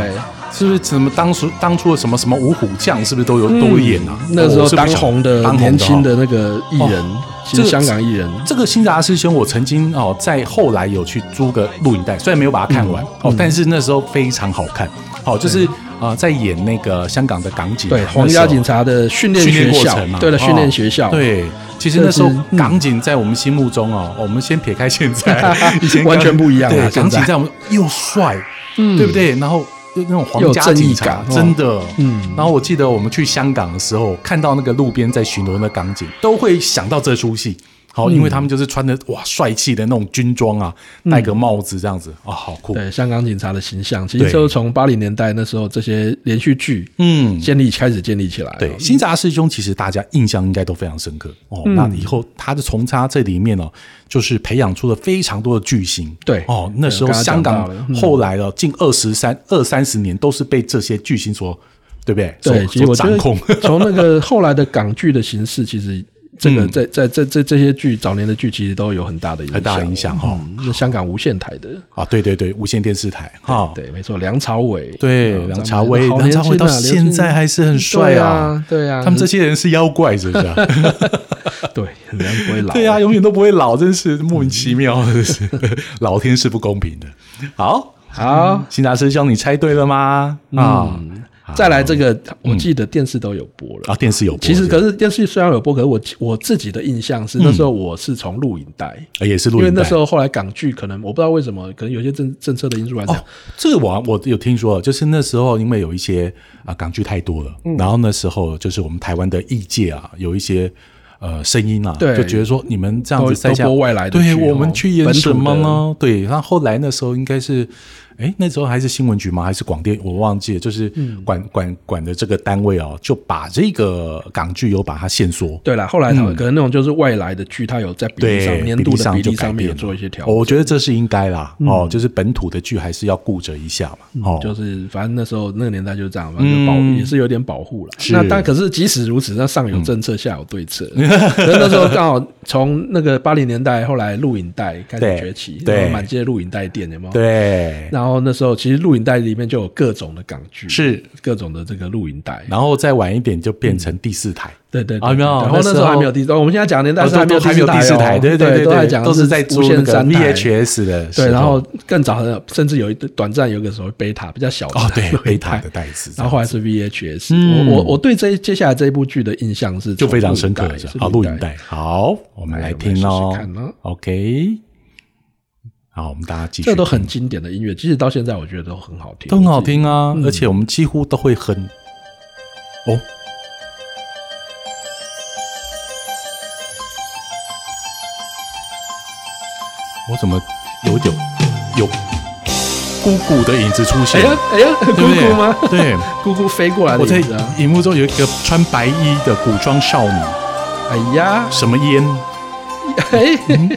Speaker 2: 是不是什么当初当初的什么什么五虎将，是不是都有都有演啊？
Speaker 1: 嗯那时
Speaker 2: 哦
Speaker 1: 候
Speaker 2: 我是不
Speaker 1: 当
Speaker 2: 晓得
Speaker 1: 红的
Speaker 2: 当
Speaker 1: 年轻
Speaker 2: 哦
Speaker 1: 的那个艺人
Speaker 2: 哦，
Speaker 1: 其实
Speaker 2: 这个
Speaker 1: 香港艺人，
Speaker 2: 这个新达师兄，我曾经哦，在后来有去租个录影带，虽然没有把它看完、
Speaker 1: 嗯
Speaker 2: 哦，但是那时候非常好看。好、就是啊、呃在演那个香港的港警，
Speaker 1: 对
Speaker 2: 那时候
Speaker 1: 皇家警察的训练
Speaker 2: 训
Speaker 1: 学
Speaker 2: 练过
Speaker 1: 校
Speaker 2: 程嘛，，
Speaker 1: 对了，
Speaker 2: 哦
Speaker 1: 训练学校，，
Speaker 2: 对，其实
Speaker 1: 这
Speaker 2: 那时候
Speaker 1: 是嗯
Speaker 2: 港警在我们心目中哦，我们先撇开现
Speaker 1: *laughs*
Speaker 2: 在，以前
Speaker 1: 完全不一样啊
Speaker 2: 对，
Speaker 1: 现
Speaker 2: 港警
Speaker 1: 在
Speaker 2: 在我们又帅，
Speaker 1: 嗯
Speaker 2: 对不？对？然后又那种
Speaker 1: 又
Speaker 2: 皇
Speaker 1: 有
Speaker 2: 家
Speaker 1: 正义
Speaker 2: 警察，
Speaker 1: 感哦
Speaker 2: 真的，嗯
Speaker 1: 嗯。
Speaker 2: 然后我记得我们去香港的时候，看到那个路边在巡逻的港警，都会想到这出戏。
Speaker 1: 嗯
Speaker 2: 好，因为他们就是穿的哇帅气的那种军装啊，戴个帽子这样子啊，好酷。
Speaker 1: 对，香港警察的形象，其
Speaker 2: 对
Speaker 1: 实就是从八零年代那时候这些连续剧
Speaker 2: 嗯，
Speaker 1: 建立开始建立起来，
Speaker 2: 对，新扎师兄其实大家印象应该都非常深刻哦。
Speaker 1: 嗯
Speaker 2: 那以后他就从他这里面哦，就是培养出了非常多的巨星。
Speaker 1: 对
Speaker 2: 哦，那时候
Speaker 1: 对刚刚
Speaker 2: 香港
Speaker 1: 讲到了嗯
Speaker 2: 后来哦，近二十三二三十年都是被这些巨星所对不对？
Speaker 1: 对，
Speaker 2: 所
Speaker 1: 其实
Speaker 2: 所
Speaker 1: 我觉
Speaker 2: 掌
Speaker 1: 得
Speaker 2: 控。
Speaker 1: *laughs*
Speaker 2: *laughs*
Speaker 1: 从那个后来的港剧的形式，其实这个
Speaker 2: 嗯
Speaker 1: 在在在这这些剧早年的剧，其实都有很大的影响，
Speaker 2: 很大的影响哦哈
Speaker 1: 嗯是香港无线台的，
Speaker 2: 啊，对对对，无线电视台哈。
Speaker 1: 对，没错，梁朝伟，
Speaker 2: 对
Speaker 1: 啊
Speaker 2: 梁朝伟
Speaker 1: 好
Speaker 2: 梁朝
Speaker 1: 年
Speaker 2: 伟
Speaker 1: 轻啊
Speaker 2: 到现在还是很帅啊
Speaker 1: 对啊，对啊
Speaker 2: 他们这些人是妖怪，是不
Speaker 1: *laughs*
Speaker 2: 是、啊？
Speaker 1: 对，很难不会老，
Speaker 2: 对啊，永远都不会老，真是莫名其妙，真是 *laughs* 老天是不公平的。好，
Speaker 1: 好，
Speaker 2: 新达师兄，你猜对了吗？啊、
Speaker 1: 再来这个，我记得电视都有播了。
Speaker 2: 嗯啊，电视有播，
Speaker 1: 其实，
Speaker 2: 是不
Speaker 1: 可
Speaker 2: 是
Speaker 1: 是电视虽然有播，可是我我自己的印象是那时候我是从录影带，
Speaker 2: 呃也是嗯录
Speaker 1: 因
Speaker 2: 影带。
Speaker 1: 为那时候后来港剧可能我不知道为什么，可能有些政政策的因素来讲
Speaker 2: 哦，，这个我我有听说，就是那时候因为有一些啊、港剧太多了，
Speaker 1: 嗯
Speaker 2: 然后那时候就是我们台湾的异界啊有一些。呃，声音啊，
Speaker 1: 对
Speaker 2: 就觉得说你们这样子
Speaker 1: 都
Speaker 2: 在下
Speaker 1: 都播外来的剧
Speaker 2: 对
Speaker 1: 哦
Speaker 2: 我们去演
Speaker 1: 本土
Speaker 2: 什
Speaker 1: 的
Speaker 2: 么呢？对，那后来那时候应该是，哎，那时候还是新闻局吗？还是广电？我忘记了，就是
Speaker 1: 嗯
Speaker 2: 管、管管的这个单位哦，就把这个港剧有把它限缩，
Speaker 1: 对啦，后来他
Speaker 2: 嗯
Speaker 1: 们可能那种就是外来的剧，它有在比例上年度的比例上面有做一些调整，嗯
Speaker 2: 哦我觉得这是应该啦，哦，就是本土的剧还是要顾着一下嘛，哦，
Speaker 1: 就是反正那时候那个年代就是这样，反正就保
Speaker 2: 嗯
Speaker 1: 也是有点保护了。
Speaker 2: 是
Speaker 1: 那但可是即使如此，那上有政策，下有对
Speaker 2: *laughs*
Speaker 1: 策。可是那时候刚好从那个八零年代后来录影带开
Speaker 2: 对
Speaker 1: 始崛起，
Speaker 2: 对
Speaker 1: 然后满街录影带店有没有？。
Speaker 2: 对，
Speaker 1: 然后那时候其实录影带里面就有各种的港剧，
Speaker 2: 是
Speaker 1: 各种的这个录影带。
Speaker 2: 然后再晚一点就变成第四台，
Speaker 1: 对嗯对
Speaker 2: 啊有没有
Speaker 1: 然后
Speaker 2: 那
Speaker 1: 那
Speaker 2: 时
Speaker 1: 时
Speaker 2: 候
Speaker 1: 候还没有第四，我们现在讲的年代
Speaker 2: 哦
Speaker 1: 是还没有
Speaker 2: 都还没有第四
Speaker 1: 哦
Speaker 2: 台，
Speaker 1: 对
Speaker 2: 对对
Speaker 1: 都在
Speaker 2: 对，
Speaker 1: 讲
Speaker 2: 都是在
Speaker 1: 无
Speaker 2: 租那
Speaker 1: 线
Speaker 2: 个
Speaker 1: 三台
Speaker 2: VHS 的时候，
Speaker 1: 对，然后更早的甚至有一短暂有一个所谓贝塔比较小的 *laughs*
Speaker 2: 哦对
Speaker 1: 录影
Speaker 2: 贝塔
Speaker 1: 带
Speaker 2: 的袋子，
Speaker 1: 然后后来是 VHS，、
Speaker 2: 嗯
Speaker 1: 我我我对这接下来这一部剧的印象是
Speaker 2: 就非常深
Speaker 1: 从
Speaker 2: 刻
Speaker 1: 录影带是
Speaker 2: 哦好，录影带，好，我们来听喽
Speaker 1: 来我们来试试看哦
Speaker 2: ，OK，好，我们大家继续，
Speaker 1: 这都很经典的音乐，即使到现在我觉得都很好听，
Speaker 2: 都很好听啊，
Speaker 1: 嗯
Speaker 2: 而且我们几乎都会哼，哦。我怎么有点有姑姑的影子出
Speaker 1: 哎
Speaker 2: 现，
Speaker 1: 呀哎呀，姑
Speaker 2: 对不对
Speaker 1: 姑吗？ *laughs*
Speaker 2: 对，
Speaker 1: 姑姑飞过来
Speaker 2: 我
Speaker 1: 的
Speaker 2: 在
Speaker 1: 影子啊！
Speaker 2: 荧幕中有一个穿白衣的古装少女，
Speaker 1: 哎呀，
Speaker 2: 什么烟，
Speaker 1: 哎
Speaker 2: 嗯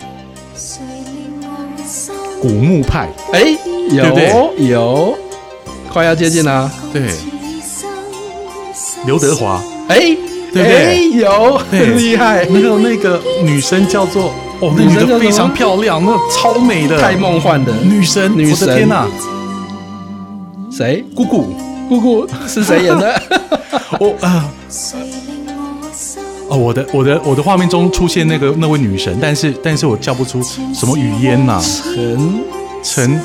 Speaker 4: 谁令我心
Speaker 2: 古墓派，
Speaker 1: 哎，
Speaker 2: 对不
Speaker 1: 有
Speaker 2: 对
Speaker 1: 有，快要接近啦！
Speaker 2: 对，
Speaker 4: 生
Speaker 2: 刘德华，
Speaker 1: 哎，
Speaker 2: 对不
Speaker 1: 哎
Speaker 2: 对
Speaker 1: 有，
Speaker 2: 对嗯
Speaker 1: 很厉害，
Speaker 2: 那个那个女生叫做，哦，那
Speaker 1: 女
Speaker 2: 女
Speaker 1: 生叫什
Speaker 2: 的
Speaker 1: 么
Speaker 2: 非常漂亮，那超美的，
Speaker 1: 太梦幻的
Speaker 2: 女神，
Speaker 1: 女
Speaker 2: 我
Speaker 1: 神
Speaker 2: 的天哪、
Speaker 1: 谁？
Speaker 2: 姑姑，
Speaker 1: 姑姑是谁演的？
Speaker 2: *laughs* 我啊、
Speaker 4: 谁令我心
Speaker 2: 哦，我的我的我的画面中出现那个那位女神，但是但是我叫不出什么语嫣呐、
Speaker 1: 陈，
Speaker 2: 陈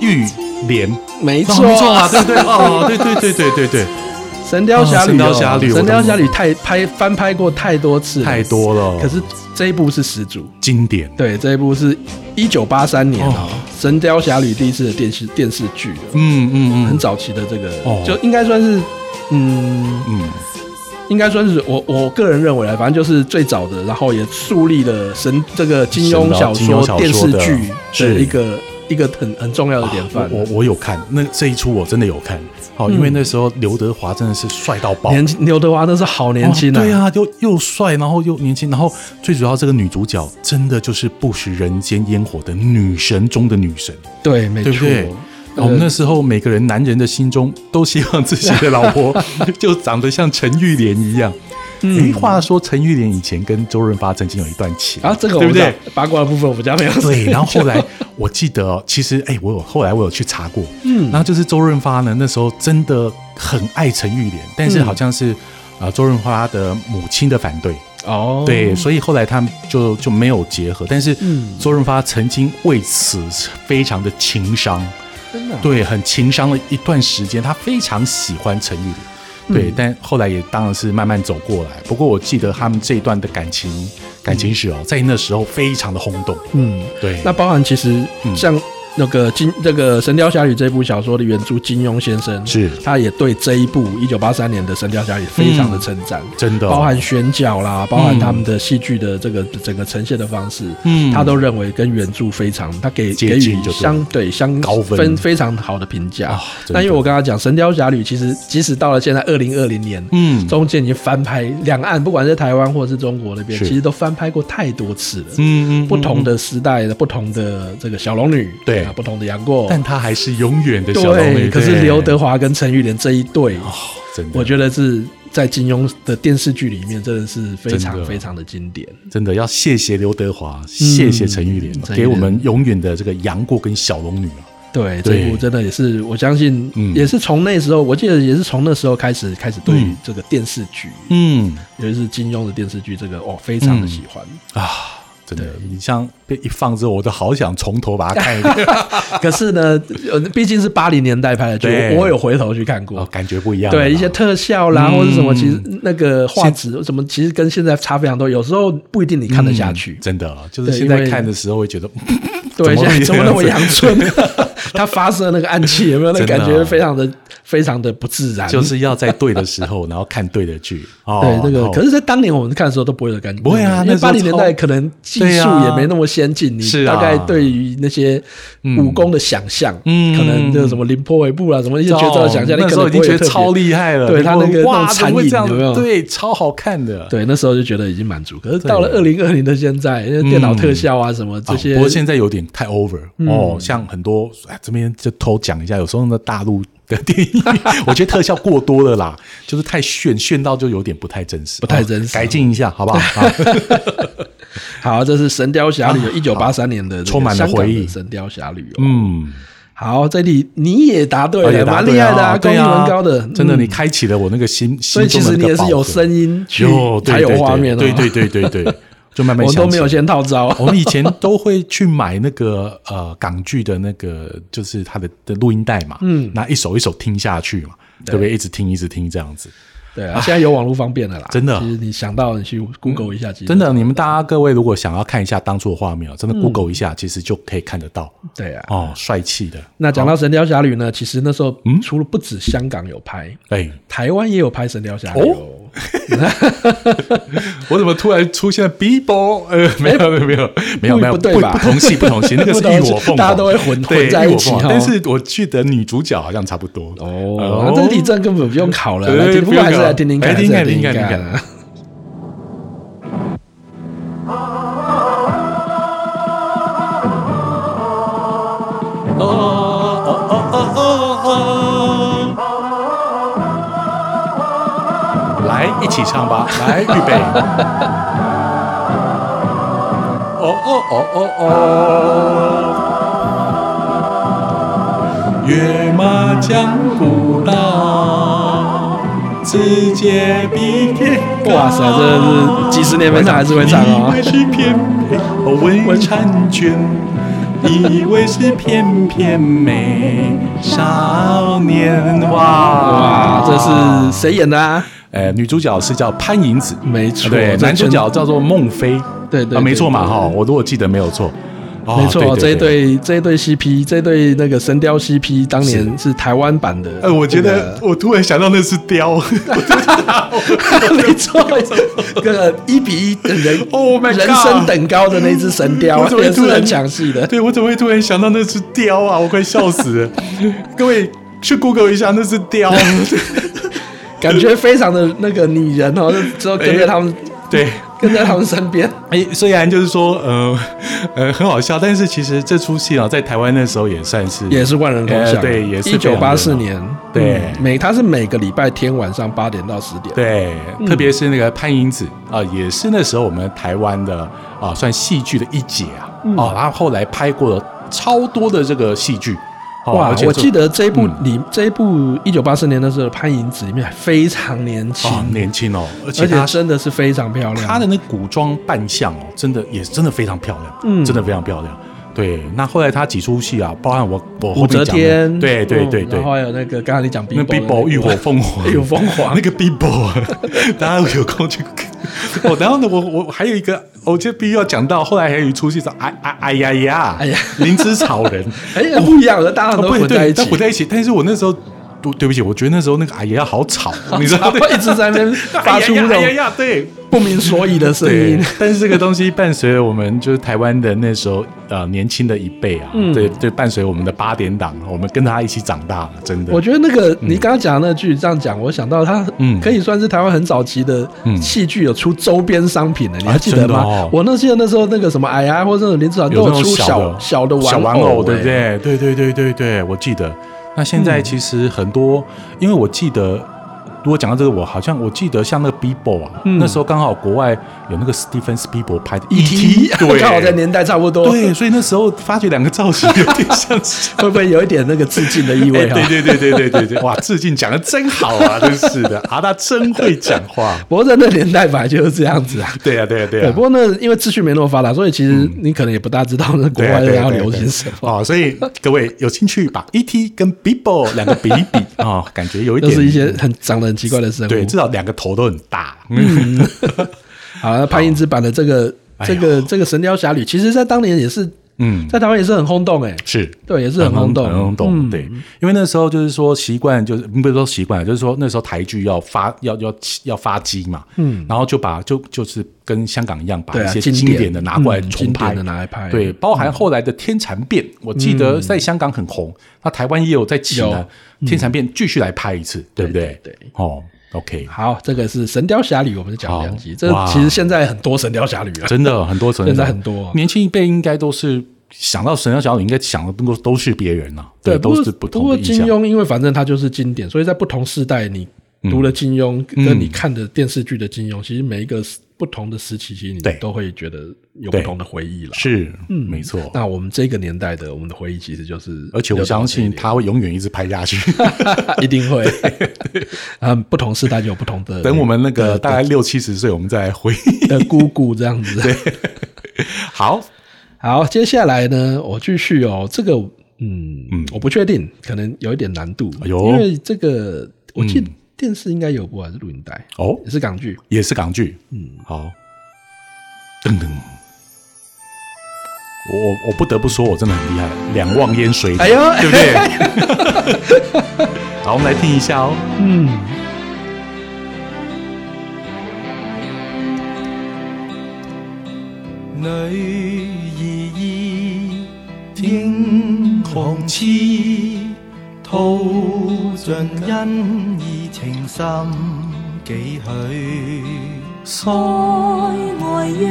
Speaker 2: 玉莲，
Speaker 1: 没
Speaker 2: 哦
Speaker 1: 错，
Speaker 2: 没错啊，对对哦，对对对对
Speaker 1: *laughs*
Speaker 2: 对对，
Speaker 1: 神雕侠侣》
Speaker 2: 哦神雕侠侣
Speaker 1: 《
Speaker 2: 我
Speaker 1: 神雕
Speaker 2: 懂
Speaker 1: 侠侣》太拍翻拍过太多次，
Speaker 2: 太。多了，
Speaker 1: 可是嗯这一部是始祖，
Speaker 2: 经典，
Speaker 1: 对，这一部是一九八三年哦，
Speaker 2: 哦
Speaker 1: 《神雕侠侣》第一次的电视电视剧了，
Speaker 2: 嗯嗯
Speaker 1: 很
Speaker 2: 嗯
Speaker 1: 早期的这个，
Speaker 2: 哦
Speaker 1: 就应该算是，嗯，
Speaker 2: 嗯，
Speaker 1: 应该算是我我个人认为啊，反正就是最早的，然后也树立了神这个金庸小
Speaker 2: 神啊刀金庸
Speaker 1: 说
Speaker 2: 小
Speaker 1: 电
Speaker 2: 说
Speaker 1: 视
Speaker 2: 的
Speaker 1: 剧
Speaker 2: 是啊
Speaker 1: 的一个一个很很重要的典范。
Speaker 2: 我我有看那这一出，我真的有看，哦，因为那时候刘德华真的是帅到爆。
Speaker 1: 嗯年轻刘德华那是好年轻
Speaker 2: 哦对，啊，又又帅，然后又年轻，然后最主要这个女主角真的就是不食人间烟火的女神中的女神，
Speaker 1: 对，没
Speaker 2: 对不
Speaker 1: 错
Speaker 2: 对。？
Speaker 1: 呃
Speaker 2: 我们那时候每个人男人的心中都希望自己的老
Speaker 1: *laughs*
Speaker 2: 婆就长得像陈玉莲一样。
Speaker 1: 嗯
Speaker 2: 诶，话说陈玉莲以前跟周润发曾经有一段情
Speaker 1: 啊，这个我
Speaker 2: 对
Speaker 1: 们
Speaker 2: 不对？
Speaker 1: 八卦的部分我们家没有。
Speaker 2: 对，然后后来我记得哦，其实哎、我有后来我有去查过，嗯，然后就是周润发呢，那时候真的很爱陈玉莲，但是
Speaker 1: 嗯
Speaker 2: 好像是啊、呃周润发的母亲的反对，
Speaker 1: *laughs* 哦，
Speaker 2: 对，所以后来他们就就没有结合。但是
Speaker 1: 嗯
Speaker 2: 周润发曾经为此非常的情伤，
Speaker 1: 真的啊
Speaker 2: 对，很情伤了一段时间，他非常喜欢陈玉莲。
Speaker 1: 嗯
Speaker 2: 对，但后来也当然是慢慢走过来。不过我记得他们这一段的感情感情史哦，在那时候非常的轰动。
Speaker 1: 嗯，
Speaker 2: 对，
Speaker 1: 那包含其实
Speaker 2: 嗯
Speaker 1: 像那个金这个《神雕侠侣》这部小说的原著金庸先生
Speaker 2: 是
Speaker 1: 他也对这一部一九八三年的《神雕侠侣》非常的称赞。
Speaker 2: 真的哦
Speaker 1: 包含选角啦，包含他们的戏剧的这个整个呈现的方式，
Speaker 2: 嗯
Speaker 1: 他都认为跟原著非常，他给给
Speaker 2: 接近
Speaker 1: 予
Speaker 2: 就对
Speaker 1: 相对相
Speaker 2: 高分
Speaker 1: 非常好的评价
Speaker 2: 啊。真
Speaker 1: 那因为
Speaker 2: 的
Speaker 1: 我刚刚讲《神雕侠侣》，其实即使到了现在二零二零年，
Speaker 2: 嗯
Speaker 1: 中间已经翻拍两岸，不管是台湾或是中国那边，
Speaker 2: 是
Speaker 1: 其实都翻拍过太多次了。
Speaker 2: 嗯嗯
Speaker 1: 不同
Speaker 2: 的，
Speaker 1: 的时代的不同的这个小龙女，
Speaker 2: 对
Speaker 1: 啊，不同的杨过，
Speaker 2: 但他还是永远的小龙
Speaker 1: 对，
Speaker 2: 女。
Speaker 1: 可是刘德华跟陈玉莲这一对，
Speaker 2: 哦，真的，
Speaker 1: 我觉得是在金庸的电视剧里面真的是非
Speaker 2: 真
Speaker 1: 常
Speaker 2: 的
Speaker 1: 非常的经典。
Speaker 2: 真的要谢谢刘德华，谢谢陈玉莲
Speaker 1: 嗯陈玉，莲
Speaker 2: 给我们永远的这个杨过跟小龙女啊。
Speaker 1: 对，
Speaker 2: 对
Speaker 1: 这部真的也是，我相信
Speaker 2: 嗯
Speaker 1: 也是从那时候，我记得也是从那时候开始开始对于
Speaker 2: 嗯
Speaker 1: 这个电视剧，
Speaker 2: 嗯
Speaker 1: 尤其是金庸的电视剧，这个哦非常的喜欢。
Speaker 2: 啊，真的，你像被一放之后，我都好想从头把它看一
Speaker 1: *laughs*
Speaker 2: 遍，
Speaker 1: 可是呢，呃，毕竟是八零年代拍的剧，
Speaker 2: 对
Speaker 1: 我我有回头去看过
Speaker 2: 哦，，感觉不一样了啦。
Speaker 1: 对一些特效啦，
Speaker 2: 嗯
Speaker 1: 或者什么，其实那个画质什么，其实跟现在差非常多，有时候不一定你看得下去
Speaker 2: 嗯。真的，就是
Speaker 1: 对
Speaker 2: 现
Speaker 1: 因
Speaker 2: 在
Speaker 1: 为
Speaker 2: 看的时候
Speaker 1: *laughs*
Speaker 2: 会觉得，嗯
Speaker 1: 对，
Speaker 2: 怎
Speaker 1: 现
Speaker 2: 么
Speaker 1: 在
Speaker 2: 会
Speaker 1: 怎么那么
Speaker 2: 这
Speaker 1: 阳
Speaker 2: 样子
Speaker 1: 春？
Speaker 2: *laughs*
Speaker 1: 他发射那个暗器有没有？那
Speaker 2: 真的
Speaker 1: 感
Speaker 2: 啊
Speaker 1: 觉非常的非常的不自然。
Speaker 2: 就是要在对的时候，然后看对的剧。哦，
Speaker 1: 对那
Speaker 2: 然
Speaker 1: 个，
Speaker 2: 后
Speaker 1: 可是，在当年我们看的时候都不会有感觉，
Speaker 2: 不会啊
Speaker 1: 因为
Speaker 2: 那时候
Speaker 1: 八零年代
Speaker 2: 超
Speaker 1: 可能技
Speaker 2: 对
Speaker 1: 术
Speaker 2: 啊
Speaker 1: 也没那么先进，
Speaker 2: 是
Speaker 1: 你
Speaker 2: 啊
Speaker 1: 大概对于那些武功的想象，
Speaker 2: 嗯
Speaker 1: 可能就什么凌波微步啊啦，什么一些绝招的想象，你
Speaker 2: 哦那
Speaker 1: 可
Speaker 2: 时
Speaker 1: 能不
Speaker 2: 候已经
Speaker 1: 会有
Speaker 2: 觉得
Speaker 1: 特别
Speaker 2: 超厉害了，
Speaker 1: 对他那个那
Speaker 2: 哇，
Speaker 1: 种
Speaker 2: 怎
Speaker 1: 残
Speaker 2: 么会
Speaker 1: 影
Speaker 2: 这样
Speaker 1: 有没有？
Speaker 2: 对，超好看的。
Speaker 1: 对，那时候就觉得已经满足。可是
Speaker 2: 对
Speaker 1: 到了二零二零的现在，因为电脑特效啊什么
Speaker 2: 啊
Speaker 1: 这些，嗯
Speaker 2: 不过现在有点太 over 哦，像很多哎这边就偷讲一下，有时候那大陆的电影， *laughs* 我觉得特效过多了啦，就是太炫炫到就有点不太真实，
Speaker 1: 不太真实
Speaker 2: 哦改进一下好
Speaker 1: *laughs*
Speaker 2: 不啊好？好
Speaker 1: 好，这是《神雕侠侣》一九八三年的这个
Speaker 2: 啊充满了
Speaker 1: 香港的
Speaker 2: 回忆
Speaker 1: 《神雕侠侣》。哦，
Speaker 2: 嗯，
Speaker 1: 好，这里你也答对
Speaker 2: 而且
Speaker 1: 了，
Speaker 2: 答
Speaker 1: 蛮
Speaker 2: 对
Speaker 1: 厉害的
Speaker 2: 啊，
Speaker 1: 啊，功
Speaker 2: 对
Speaker 1: 力
Speaker 2: 啊
Speaker 1: 蛮高的，
Speaker 2: 真的，
Speaker 1: 嗯
Speaker 2: 你。开启了我那个心，
Speaker 1: 所以
Speaker 2: 心
Speaker 1: 其
Speaker 2: 中
Speaker 1: 实
Speaker 2: 的
Speaker 1: 你
Speaker 2: 那个
Speaker 1: 也是有
Speaker 2: 宝盒
Speaker 1: 声音去
Speaker 2: 有对
Speaker 1: 才有
Speaker 2: 对对
Speaker 1: 画面的，
Speaker 2: 对对对对对，就慢慢
Speaker 1: *laughs* 我
Speaker 2: 想
Speaker 1: 都没
Speaker 2: 起
Speaker 1: 有
Speaker 2: 来哦
Speaker 1: 先套招。
Speaker 2: 我们以前都会去买那个呃港剧的那个，就是它的的录音带嘛，嗯，那一首一首听下去嘛，对不对？一直听一直听这样子，
Speaker 1: 对啊， *laughs* 现在有网络方便了啦，
Speaker 2: 真的
Speaker 1: 其实你想到你去 Google 一下，其实
Speaker 2: 真的，你们大家各位如果想要看一下当初的画面哦，真
Speaker 1: 嗯
Speaker 2: 的 Google 一下，其实就可以看得到
Speaker 1: 对啊。
Speaker 2: 哦，帅气的，
Speaker 1: 那讲到《神雕
Speaker 2: 嗯
Speaker 1: 侠侣》呢，其实那时候除了不止香港有拍，
Speaker 2: 哎，
Speaker 1: 台湾也有拍《神雕侠侣》哦。
Speaker 2: *laughs* 我怎么突然出现了 Bibo？呃，没有没有没有没有没
Speaker 1: 哎
Speaker 2: 有，
Speaker 1: 不对吧
Speaker 2: 不同系不同系，那个
Speaker 1: *laughs*
Speaker 2: 是
Speaker 1: 不同
Speaker 2: 浴
Speaker 1: 系
Speaker 2: 火凤凰，
Speaker 1: 大家都会混
Speaker 2: 对
Speaker 1: 混在一
Speaker 2: 浴火
Speaker 1: 起
Speaker 2: 凤凰
Speaker 1: 哦
Speaker 2: 但是我记得女主角好像差不多
Speaker 1: 哦，那这个地震根本不用考了，
Speaker 2: 对
Speaker 1: 来听，不
Speaker 2: 不
Speaker 1: 过
Speaker 2: 用
Speaker 1: 还是
Speaker 2: 考
Speaker 1: 来听听看，
Speaker 2: 来
Speaker 1: 还是
Speaker 2: 听
Speaker 1: 来
Speaker 2: 看
Speaker 1: 听
Speaker 2: 听看
Speaker 1: 看
Speaker 2: 听看。哦哦哦哦哦哦哦！来，一起唱吧！来，预备！哦哦哦哦哦！跃马江古道，直接比天高。
Speaker 1: 哇塞，真的是几十年没唱还是会唱
Speaker 2: 以为
Speaker 1: 哦。
Speaker 2: 是翩翩，哦，问婵娟，以为是翩翩美少年华。啊
Speaker 1: 哇，这是谁演的啊？
Speaker 2: 呃，女主角是叫潘迎紫，
Speaker 1: 没错，
Speaker 2: 对，
Speaker 1: 这
Speaker 2: 男主
Speaker 1: 全
Speaker 2: 角叫做孟非，
Speaker 1: 对对
Speaker 2: 啊，没错嘛
Speaker 1: 对
Speaker 2: 哈，我如果记得没有错，哦
Speaker 1: 没错，这一。对这一对 CP，这一对那个《神雕》CP，当年是台湾版的。
Speaker 2: 呃，我觉得
Speaker 1: 这
Speaker 2: 我突然想到那是雕， *laughs*
Speaker 1: 个没错，没错哦那个一比一等人
Speaker 2: Oh my God
Speaker 1: 人声等高 *laughs* 的那只神雕
Speaker 2: *laughs* 我怎，么
Speaker 1: 也
Speaker 2: 会突
Speaker 1: 是
Speaker 2: 然
Speaker 1: 很抢戏的。
Speaker 2: 对我怎么会突然想到那是雕啊？我快笑死
Speaker 1: *laughs*
Speaker 2: 了！各位去 Google 一下，那是雕。
Speaker 1: 感觉非常的那个拟人哦，就之后跟着他们，
Speaker 2: *laughs* 对，
Speaker 1: 跟在他们身边。
Speaker 2: 哎，虽然就是说，呃，呃，很好笑，但是其实这出戏啊，在台湾那时候也算是
Speaker 1: 也是万人空巷、
Speaker 2: 呃对，也是
Speaker 1: 一九八
Speaker 2: 非
Speaker 1: 四
Speaker 2: 常热闹
Speaker 1: 年，
Speaker 2: 对
Speaker 1: 嗯每它是每个礼拜天晚上八点到十点，
Speaker 2: 对，
Speaker 1: 嗯
Speaker 2: 特别是那个潘迎紫啊，也是那时候我们台湾的啊，算戏剧的一姐啊，
Speaker 1: 嗯
Speaker 2: 哦，然后后来拍过了超多的这个戏剧，哦
Speaker 1: 哇
Speaker 2: 而！且
Speaker 1: 我
Speaker 2: 做
Speaker 1: 记得这一部
Speaker 2: 嗯
Speaker 1: 里、这一部一九八四年的时候，潘迎紫里面非常年轻，
Speaker 2: 哦，年轻哦，而且
Speaker 1: 而且
Speaker 2: 她
Speaker 1: 真的是非常漂亮。
Speaker 2: 她的那古装扮相哦，真的也真的非常漂亮，
Speaker 1: 嗯
Speaker 2: 真的非常漂亮。对，那后来她几出戏啊，包含我我后
Speaker 1: 武
Speaker 2: 面
Speaker 1: 则
Speaker 2: 讲的
Speaker 1: 天，
Speaker 2: 对对
Speaker 1: 嗯
Speaker 2: 对对
Speaker 1: 然，后还有那个刚才你讲 Bibo
Speaker 2: 那
Speaker 1: 的
Speaker 2: Bibo
Speaker 1: 个
Speaker 2: 浴火凤
Speaker 1: *laughs*
Speaker 2: 凰，
Speaker 1: 浴火凤凰
Speaker 2: 那个 Bibo，大 *laughs* 家有空去 *laughs* 看。哦，然后呢，我我还有一个，我这必须要讲到，后来还有一出戏叫《哎哎哎呀呀》，
Speaker 1: 哎呀
Speaker 2: 灵芝草人，
Speaker 1: *laughs* 哎呀不一样的，大家
Speaker 2: 啊
Speaker 1: 都
Speaker 2: 不
Speaker 1: 混在
Speaker 2: 对，
Speaker 1: 一起
Speaker 2: 但
Speaker 1: *laughs*
Speaker 2: 混，在一起。但是我那时候，对对不起，我觉得那时候那个哎呀呀好
Speaker 1: *laughs*
Speaker 2: 吵，你知道吗？
Speaker 1: 啊一直在那边发出
Speaker 2: *laughs* 哎呀
Speaker 1: 那
Speaker 2: 呀哎呀
Speaker 1: 种
Speaker 2: 呀，对。
Speaker 1: 不明所以的声
Speaker 2: 对
Speaker 1: 音。，
Speaker 2: 但是这个东西伴随了我们就是台湾的那时候呃年轻的一辈啊，
Speaker 1: 嗯
Speaker 2: 对，就伴随我们的八点档，我们跟他一起长大，真的。
Speaker 1: 我觉得那个你刚刚讲的那句这样讲，我想到它，
Speaker 2: 嗯
Speaker 1: 可以算是台湾很早期的
Speaker 2: 嗯
Speaker 1: 戏剧有出周边商品的，你
Speaker 2: 啊
Speaker 1: 还记得
Speaker 2: 真的
Speaker 1: 吗
Speaker 2: 哦？
Speaker 1: 我那记得那时候那个什么哎呀，或者那种林志长都
Speaker 2: 有那
Speaker 1: 出
Speaker 2: 种
Speaker 1: 小
Speaker 2: 的
Speaker 1: 小的
Speaker 2: 小玩
Speaker 1: 偶，
Speaker 2: 对不
Speaker 1: 哎？
Speaker 2: 对？对对对对对，我记得。那现
Speaker 1: 嗯
Speaker 2: 在其实很多，因为我记得，如果讲到这个，我好像我记得像那个 Bibo 啊，
Speaker 1: 嗯
Speaker 2: 那时候刚好国外有那个 Stephen Spielberg 拍的 E
Speaker 1: E.T. *laughs*
Speaker 2: 对，
Speaker 1: E 刚好在年代差不多，。
Speaker 2: 对，所以那时候发觉两个造型有点相似
Speaker 1: 会不会有一点那个致敬的意
Speaker 2: *laughs* 哎
Speaker 1: *laughs* 味啊？
Speaker 2: 对对对对对对对，哇！致敬讲的真好啊，真是的，阿达真会讲话。
Speaker 1: 不过在那年代本来就是这样子啊。
Speaker 2: 对呀、啊，对呀、啊，对呀、
Speaker 1: 对，不过那因为资讯没那么发达，所以其实你可能也不大知道那国
Speaker 2: 嗯对啊
Speaker 1: 外
Speaker 2: 对啊
Speaker 1: 要
Speaker 2: 对啊
Speaker 1: 流
Speaker 2: 对啊
Speaker 1: 行什么，
Speaker 2: 哦，所以各位有兴趣把 ET 跟 Bibo 两个比一比哦，感觉有一
Speaker 1: 都
Speaker 2: 点
Speaker 1: 是一些很长得很奇怪的生物。嗯
Speaker 2: 对，至少两个头都很大。
Speaker 1: 好，那潘英之版的这个
Speaker 2: 哎
Speaker 1: 这
Speaker 2: 呦
Speaker 1: 个这个《神雕侠侣》，其实在当年也是
Speaker 2: 嗯，
Speaker 1: 在台湾也是很轰动哎、
Speaker 2: *laughs* 是。
Speaker 1: 对，也是很轰动，
Speaker 2: 很轰动。
Speaker 1: 嗯
Speaker 2: 对，因为那时候就是说习惯，就是不是说习惯，就是说那时候台剧要发要要要发机嘛，嗯，然后就把就就是跟香港一样，把
Speaker 1: 对
Speaker 2: 一
Speaker 1: 啊，
Speaker 2: 些
Speaker 1: 经
Speaker 2: 经典的拿过来
Speaker 1: 嗯
Speaker 2: 重
Speaker 1: 经典
Speaker 2: 拍
Speaker 1: 的，拿来拍，嗯
Speaker 2: 对，包含后来的《天蚕变》，我记得在香港很红，那台湾也有在请呢，《天蚕变》继续来拍一次，对不对？
Speaker 1: 嗯对对
Speaker 2: 哦，OK，
Speaker 1: 好，这个是《神雕侠侣》，我们就讲两集。
Speaker 2: 好
Speaker 1: 这
Speaker 2: 哇
Speaker 1: 其实现在很多《神雕侠侣》啊了，
Speaker 2: 真的很多，
Speaker 1: 现在很多
Speaker 2: 年轻一辈应该都是想到神雕侠侣，应该想的都都是别人啊，
Speaker 1: 对，
Speaker 2: 都
Speaker 1: 过
Speaker 2: 是
Speaker 1: 不
Speaker 2: 不同
Speaker 1: 过
Speaker 2: 的印
Speaker 1: 金
Speaker 2: 象。
Speaker 1: 庸，因为反正他就是经典，所以在不同世代，你读了金庸，
Speaker 2: 嗯
Speaker 1: 跟你看的电视剧的金庸，其实每一个不同的时期，其实你
Speaker 2: 对
Speaker 1: 都会觉得有不
Speaker 2: 对
Speaker 1: 同的回忆了。
Speaker 2: 是，
Speaker 1: 嗯
Speaker 2: 没错。
Speaker 1: 那我们这个年代的，我们的回忆其实就是，
Speaker 2: 而且我相信他会永远一直拍下去。
Speaker 1: *laughs* 一定会。嗯，不同时代就有不同的。
Speaker 2: *laughs* 等我们那个大概六七十岁，我们再来回忆。
Speaker 1: 的姑姑这样子。
Speaker 2: 好，
Speaker 1: 好，接下来呢，我继续哦，这个嗯嗯，我不确定，可能有一点难度，
Speaker 2: 哎呦
Speaker 1: 因为这个我记得电视应该有播还啊是录影带，
Speaker 2: 哦
Speaker 1: 也，是港剧。
Speaker 2: 也是港剧。
Speaker 1: 嗯，
Speaker 2: 好，噔噔。我我我不得不说，我真的很厉害，两望烟水里，
Speaker 1: 哎呦
Speaker 2: 对不对？
Speaker 1: *laughs*
Speaker 2: 好，我们来听一下哦。
Speaker 1: 嗯，
Speaker 2: 女儿意，天
Speaker 5: 狂
Speaker 2: 狂
Speaker 5: 痴
Speaker 2: 痴。，
Speaker 5: 吐尽恩义情深几许？
Speaker 2: 哦
Speaker 3: 塞外约，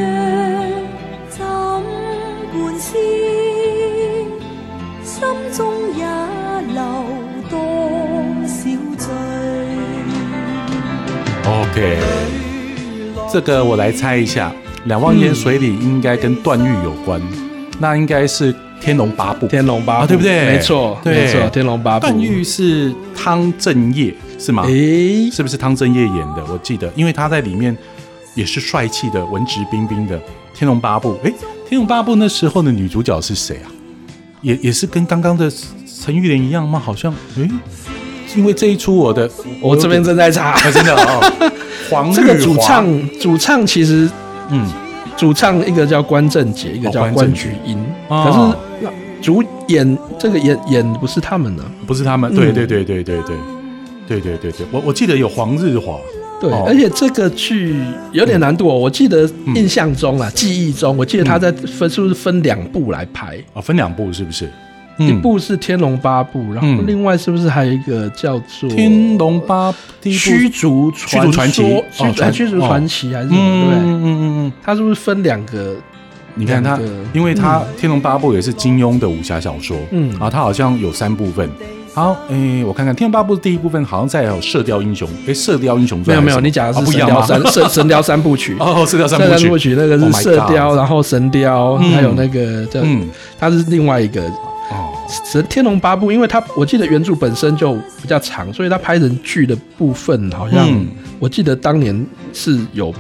Speaker 3: 怎灌思？心中也留多少醉？
Speaker 2: OK，这个我来猜一下，《两忘烟水里》应该跟段誉有关，那应该是《天龙八部》。
Speaker 1: 天龙八部、
Speaker 2: 啊对不对
Speaker 1: 没错，
Speaker 2: 对
Speaker 1: 没错，天龙八部。
Speaker 2: 段誉是汤镇业是吗？
Speaker 1: 诶，
Speaker 2: 是不是汤镇业演的？我记得，因为他在里面也是帅气的、文质彬彬的《天龙八部》。诶，《天龙八部》那时候的女主角是谁啊？也也是跟刚刚的陈玉莲一样吗？好像，诶，因为这一出我的，
Speaker 1: 我这边
Speaker 2: 真
Speaker 1: 正在查
Speaker 2: 啊，真的哦，黄
Speaker 1: 这个
Speaker 2: 日
Speaker 1: 主
Speaker 2: 华
Speaker 1: 唱，主唱其实
Speaker 2: 嗯，
Speaker 1: 主唱一个叫关正杰，一个叫
Speaker 2: 哦关
Speaker 1: 关
Speaker 2: 正
Speaker 1: 菊
Speaker 2: 杰
Speaker 1: 英，可
Speaker 2: 哦
Speaker 1: 是那主演这个演演不是他们呢、
Speaker 2: 不是他们，对对对对对对。对对对对，我我记得有黄日华，
Speaker 1: 对，
Speaker 2: 哦嗯
Speaker 1: 而且这个剧有点难度哦。我记得印象中啊，记忆中，我记得他在分是不是分两部来拍？
Speaker 2: 哦，分两部是不是？
Speaker 1: 一
Speaker 2: 嗯
Speaker 1: 部是《天龙八部》，然后
Speaker 2: 嗯
Speaker 1: 另外是不是还有一个叫做
Speaker 2: 《
Speaker 1: 《
Speaker 2: 天龙八》第一部
Speaker 1: 驱逐
Speaker 2: 驱逐传奇
Speaker 1: 说
Speaker 2: 哦
Speaker 1: 驱
Speaker 2: 传
Speaker 1: 哎驱逐
Speaker 2: 哦
Speaker 1: 传奇还是什么？对不对，
Speaker 2: 嗯嗯嗯嗯，
Speaker 1: 他是不是分两个？
Speaker 2: 你看他
Speaker 1: 两个，
Speaker 2: 因为他《天龙八部》也是金庸的武侠小说，
Speaker 1: 嗯
Speaker 2: 然后他好像有三部分。好，诶，我看看《天龙八部》第一部分好像在有《射雕英雄》，诶，《射雕英雄
Speaker 1: 没
Speaker 2: 传
Speaker 1: 有
Speaker 2: 还》
Speaker 1: 没有，你讲的是
Speaker 2: 哦不
Speaker 1: 《
Speaker 2: 一
Speaker 1: 神
Speaker 2: 样
Speaker 1: 雕
Speaker 2: 吗？
Speaker 1: 三 *laughs* 神神雕三部曲》
Speaker 2: *laughs* 哦，《射雕三
Speaker 1: 射雕
Speaker 2: 部
Speaker 1: 三
Speaker 2: 曲
Speaker 1: 部》曲那个
Speaker 2: Oh
Speaker 1: 是
Speaker 2: my
Speaker 1: 射
Speaker 2: God
Speaker 1: 雕，然后神雕，
Speaker 2: 嗯
Speaker 1: 还有那个叫
Speaker 2: 嗯
Speaker 1: 它是另外一个
Speaker 2: 哦，
Speaker 1: 神天龙八部，因为它我记得原著本身就比较长，所以它拍成剧的部分好像、
Speaker 2: 嗯
Speaker 1: 我记得当年是有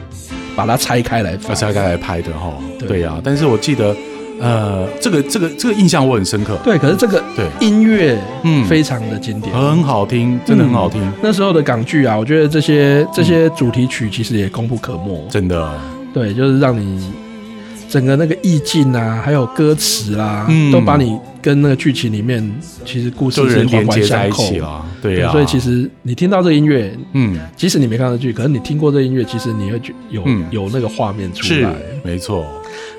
Speaker 1: 把它拆开来放
Speaker 2: 那。是要该来拍的哈。
Speaker 1: 对
Speaker 2: 对呀，但是我记得，呃，这个这个这个印象我很深刻，
Speaker 1: 对，可是这个
Speaker 2: 对
Speaker 1: 音乐
Speaker 2: 嗯
Speaker 1: 非常的经典。
Speaker 2: 很好听，真的很
Speaker 1: 嗯
Speaker 2: 好听，
Speaker 1: 那时候的港剧啊，我觉得这些这
Speaker 2: 嗯
Speaker 1: 些主题曲其实也功不可没。
Speaker 2: 真的。
Speaker 1: 对，就是让你整个那个意境啊，还有歌词啦、
Speaker 2: 嗯
Speaker 1: 都把你跟那个剧情里面其实故
Speaker 2: 就
Speaker 1: 事是
Speaker 2: 人
Speaker 1: 环
Speaker 2: 连
Speaker 1: 环
Speaker 2: 接在
Speaker 1: 相
Speaker 2: 一
Speaker 1: 扣
Speaker 2: 起。了，对呀、
Speaker 1: 所以其，实你听到这个音乐，
Speaker 2: 嗯，
Speaker 1: 即使你没看到剧，可是你听过这音乐，其实你会觉有、
Speaker 2: 嗯
Speaker 1: 有那个画面出
Speaker 2: 是
Speaker 1: 来。
Speaker 2: 没错，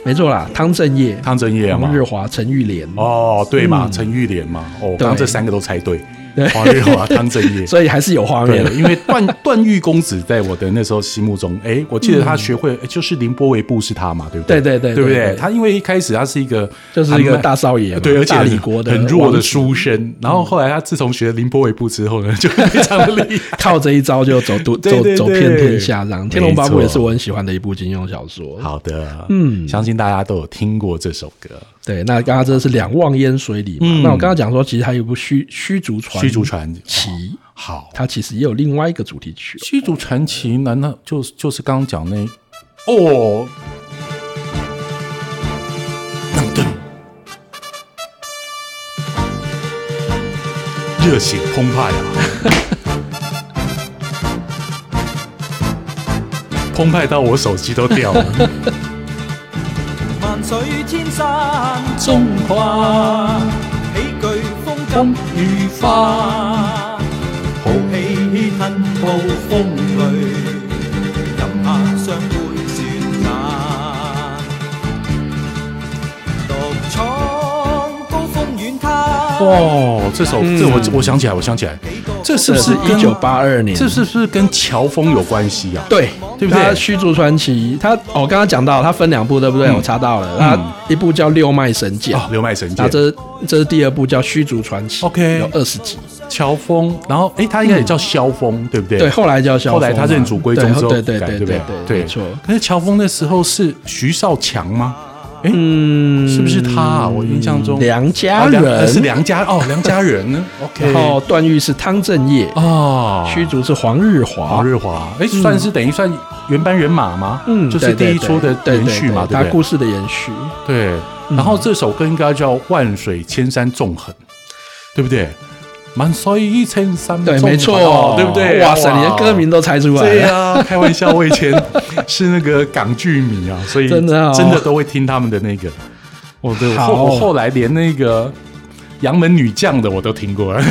Speaker 1: 没错啦，汤镇业、
Speaker 2: 汤镇业嘛
Speaker 1: 黄，日华、陈玉莲，
Speaker 2: 哦，对嘛
Speaker 1: 嗯，
Speaker 2: 陈玉莲嘛，哦，
Speaker 1: 对
Speaker 2: 刚刚这三个都猜对，
Speaker 1: 对
Speaker 2: 黄日华、汤镇
Speaker 1: *laughs*
Speaker 2: 业，
Speaker 1: 所以还是有画
Speaker 2: 对
Speaker 1: 面，。
Speaker 2: 因为段段誉公子在我的那时候心目中，哎，我记得他学会诶就是凌波微步是他嘛，对不对？
Speaker 1: 嗯对对对
Speaker 2: 对不
Speaker 1: 对
Speaker 2: 对
Speaker 1: 对？
Speaker 2: 他因为一开始他是一个
Speaker 1: 就是一个
Speaker 2: 还蛮
Speaker 1: 大少爷嘛
Speaker 2: 对，而且
Speaker 1: 大理国的
Speaker 2: 很弱
Speaker 1: 王
Speaker 2: 的
Speaker 1: 子嗯
Speaker 2: 书生。然后后来他自从学了凌波微步之后呢，就非常的厉
Speaker 1: *laughs*
Speaker 2: 害。
Speaker 1: 靠这一招就走读
Speaker 2: *laughs* 对
Speaker 1: 走
Speaker 2: 对
Speaker 1: 走
Speaker 2: 对
Speaker 1: 遍天下，这样《天龙八部》
Speaker 2: 没错
Speaker 1: 也是我很喜欢的一部金庸小说。
Speaker 2: 好的，
Speaker 1: 嗯
Speaker 2: 相信大家都有听过这首歌。
Speaker 1: 对，那刚刚这是两望烟水里嘛，
Speaker 2: 嗯
Speaker 1: 那我刚刚讲说，其实还有一部虚虚竹传
Speaker 2: 虚竹传
Speaker 1: 奇，
Speaker 2: 好，
Speaker 1: 它其实也有另外一个主题曲哦、
Speaker 2: 虚竹传奇难道就就是刚刚讲那哦？热血澎湃啊！ *laughs* 澎湃到我手机都掉了。
Speaker 5: 万水千山中华，喜具风金如花。豪氣吞吐風雷，飲下雙杯酸奶。獨闖高峰遠灘，
Speaker 2: 哦，这首、这我我想起来，我想起来，
Speaker 5: 幾個
Speaker 2: 这是不
Speaker 1: 嗯这
Speaker 2: 是
Speaker 1: 是
Speaker 2: 跟
Speaker 1: 一九八二年，
Speaker 2: 这是不是跟乔峰有关系啊？
Speaker 1: 对
Speaker 2: 对不对
Speaker 1: 它虚竹传奇，它哦我刚刚讲到，它分两部，对不
Speaker 2: 嗯
Speaker 1: 对？我查到了，它一部叫《六脉神剑》
Speaker 2: 啊，刘麦神
Speaker 1: 那这
Speaker 2: 剑，
Speaker 1: 这是第二部叫《虚竹传奇》
Speaker 2: OK
Speaker 1: 有二十集，
Speaker 2: 乔峰，然后哎，他应该也叫萧峰，对不对？
Speaker 1: 嗯对，后来叫萧
Speaker 2: 后
Speaker 1: 峰嘛，啊
Speaker 2: 来他认祖归宗之后
Speaker 1: 对
Speaker 2: 改，
Speaker 1: 对对
Speaker 2: 对不
Speaker 1: 对
Speaker 2: 对？
Speaker 1: 对，没错。
Speaker 2: 可是乔峰那时候是徐少强吗？哎，
Speaker 1: 嗯，
Speaker 2: 是不是他啊？我印象中
Speaker 1: 梁嗯家
Speaker 2: 哦梁
Speaker 1: 人
Speaker 2: 呃是梁家哦，梁家人
Speaker 1: *laughs*
Speaker 2: 呢？OK，
Speaker 1: 然后段誉是汤镇业，
Speaker 2: 哦，
Speaker 1: 虚竹是黄日华
Speaker 2: 黄。日华，哎，算是等于算原班人马吗？
Speaker 1: 嗯，
Speaker 2: 就是
Speaker 1: 对
Speaker 2: 第
Speaker 1: 对
Speaker 2: 一出的
Speaker 1: 对对
Speaker 2: 延续嘛，
Speaker 1: 对
Speaker 2: 对
Speaker 1: 它
Speaker 2: 不
Speaker 1: 故事的延续。
Speaker 2: 对？
Speaker 1: 嗯
Speaker 2: 对。然后这首歌应该叫《万水千山纵横》，对不对？万水千山纵
Speaker 1: 对，
Speaker 2: 横，
Speaker 1: 没错
Speaker 2: 哦，对不对？
Speaker 1: 哇塞，你的歌名都猜出来
Speaker 2: 对
Speaker 1: 了。
Speaker 2: 啊，开玩笑，我以前是那个港剧
Speaker 1: *laughs*
Speaker 2: 迷啊，所以
Speaker 1: 真的哦哦
Speaker 2: 真的都会听他们的那个。我对我
Speaker 1: 好
Speaker 2: 后我后来连那个杨门
Speaker 1: *laughs*
Speaker 2: 女将的我都听过了。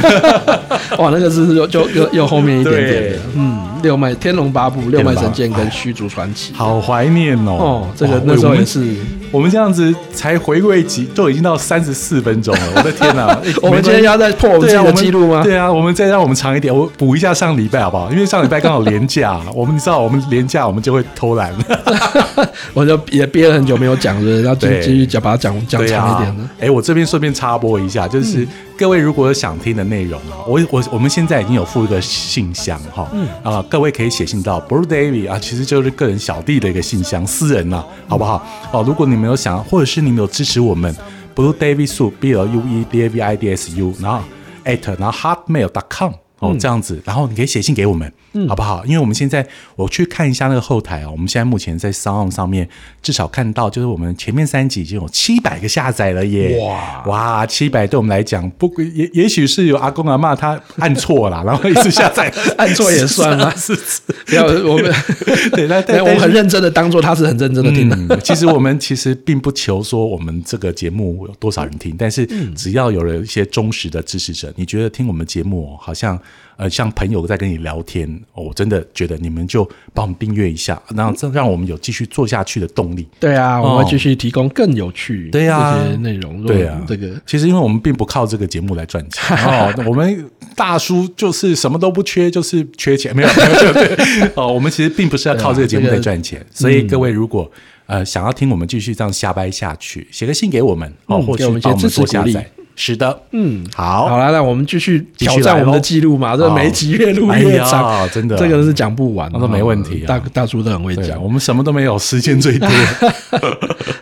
Speaker 1: 哇，那个是就就又又后面一点点
Speaker 2: 对
Speaker 1: 的。嗯，六脉天龙八部、六脉神剑
Speaker 2: 哎
Speaker 1: 跟虚竹传奇。
Speaker 2: 好哦怀念哦！
Speaker 1: 哦，这个
Speaker 2: 哇
Speaker 1: 那时候
Speaker 2: 我
Speaker 1: 也
Speaker 2: 们
Speaker 1: 是，
Speaker 2: 我们这样子才回味几，都已经到三十四分钟了，我的天哪、
Speaker 1: *laughs*
Speaker 2: 哎
Speaker 1: 我们今天要再破我们
Speaker 2: 对
Speaker 1: 自
Speaker 2: 啊，
Speaker 1: 己
Speaker 2: 我
Speaker 1: 的
Speaker 2: 们
Speaker 1: 记录吗？
Speaker 2: 对啊，我们再让我们长一点，我补一下上礼拜好不好？因为上礼拜刚好连假， *laughs* 我们你知道，我们连假我们就会偷懒，啊
Speaker 1: *laughs* 我就也憋了很久没有讲，
Speaker 2: *laughs*
Speaker 1: 了，要继
Speaker 2: 对
Speaker 1: 继续讲，把它讲讲
Speaker 2: 对
Speaker 1: 长
Speaker 2: 啊
Speaker 1: 一点呢。。嗯
Speaker 2: 哎，我这边顺便插播一下，就是、各位如果有想听的内容啊，我我我们现在已经有附一个信箱哈，
Speaker 1: 嗯
Speaker 2: 啊，各位可以写信到 Blue David 啊，其实就是个人小弟的一个信箱，私人呐、好不好？哦，如果你们有想，或者是你们有支持我们 Blue David Su B L U E D A V I D S U，然后 at 然后 hotmail.com。哦，
Speaker 1: 嗯
Speaker 2: 这样子，然后你可以写信给我们，好不好？因为我们现在我去看一下那个后台啊、哦，我们现在目前在 Sound 上面至少看到，就是我们前面三集已经有七百个下载了耶！哇哇，七百对我们来讲，不也也许是有阿公阿嬷他按错 *laughs* 了，然后一次下载
Speaker 1: *laughs* 按错也算吗
Speaker 2: *laughs* 是是，
Speaker 1: 不要
Speaker 2: *laughs*
Speaker 1: 我们， *laughs*
Speaker 2: 对，那啊但
Speaker 1: 我们很
Speaker 2: 但是
Speaker 1: 认真的当做他是很认真的听的。
Speaker 2: *laughs* 嗯，其实我们其实并不求说我们这个节目有多少人听，但是只要有了一些忠实的支持者，你觉得听我们节目哦好像呃像朋友在跟你聊天，哦我真的觉得你们就帮我们订阅一下，让这让我们有继续做下去的动力。
Speaker 1: 对啊，我
Speaker 2: 哦
Speaker 1: 们会继续提供更有趣
Speaker 2: 对啊
Speaker 1: 这些内容。
Speaker 2: 对啊，
Speaker 1: 这个
Speaker 2: 其实因为我们并不靠这个节目来赚
Speaker 1: *laughs*
Speaker 2: 钱哦，我们大叔就是什么都不缺，就是缺钱，没有没有没
Speaker 1: *laughs*
Speaker 2: 有对哦，我们其实并不是要靠这个节目来赚
Speaker 1: 嗯
Speaker 2: 钱，所以各位如果呃想要听我们继续这样瞎掰下去，写个信给我们哦，
Speaker 1: 嗯
Speaker 2: 或
Speaker 1: 给
Speaker 2: 许
Speaker 1: 我们一些
Speaker 2: 帮我们
Speaker 1: 支持
Speaker 2: 做下
Speaker 1: 鼓励
Speaker 2: 载，是的，
Speaker 1: 嗯
Speaker 2: 好，
Speaker 1: 好啦，那我们继续
Speaker 2: 继续
Speaker 1: 挑战
Speaker 2: 来
Speaker 1: 我们的
Speaker 2: 咯
Speaker 1: 记录嘛，这
Speaker 2: 好
Speaker 1: 每一集越录
Speaker 2: 哎
Speaker 1: 越
Speaker 2: 呀
Speaker 1: 长，
Speaker 2: 真的
Speaker 1: 这个是讲不完的，
Speaker 2: 那都没问题啊
Speaker 1: 大大叔都很会
Speaker 2: 对啊，
Speaker 1: 讲。
Speaker 2: 我们什么都没有，时间
Speaker 1: *laughs*
Speaker 2: 最多，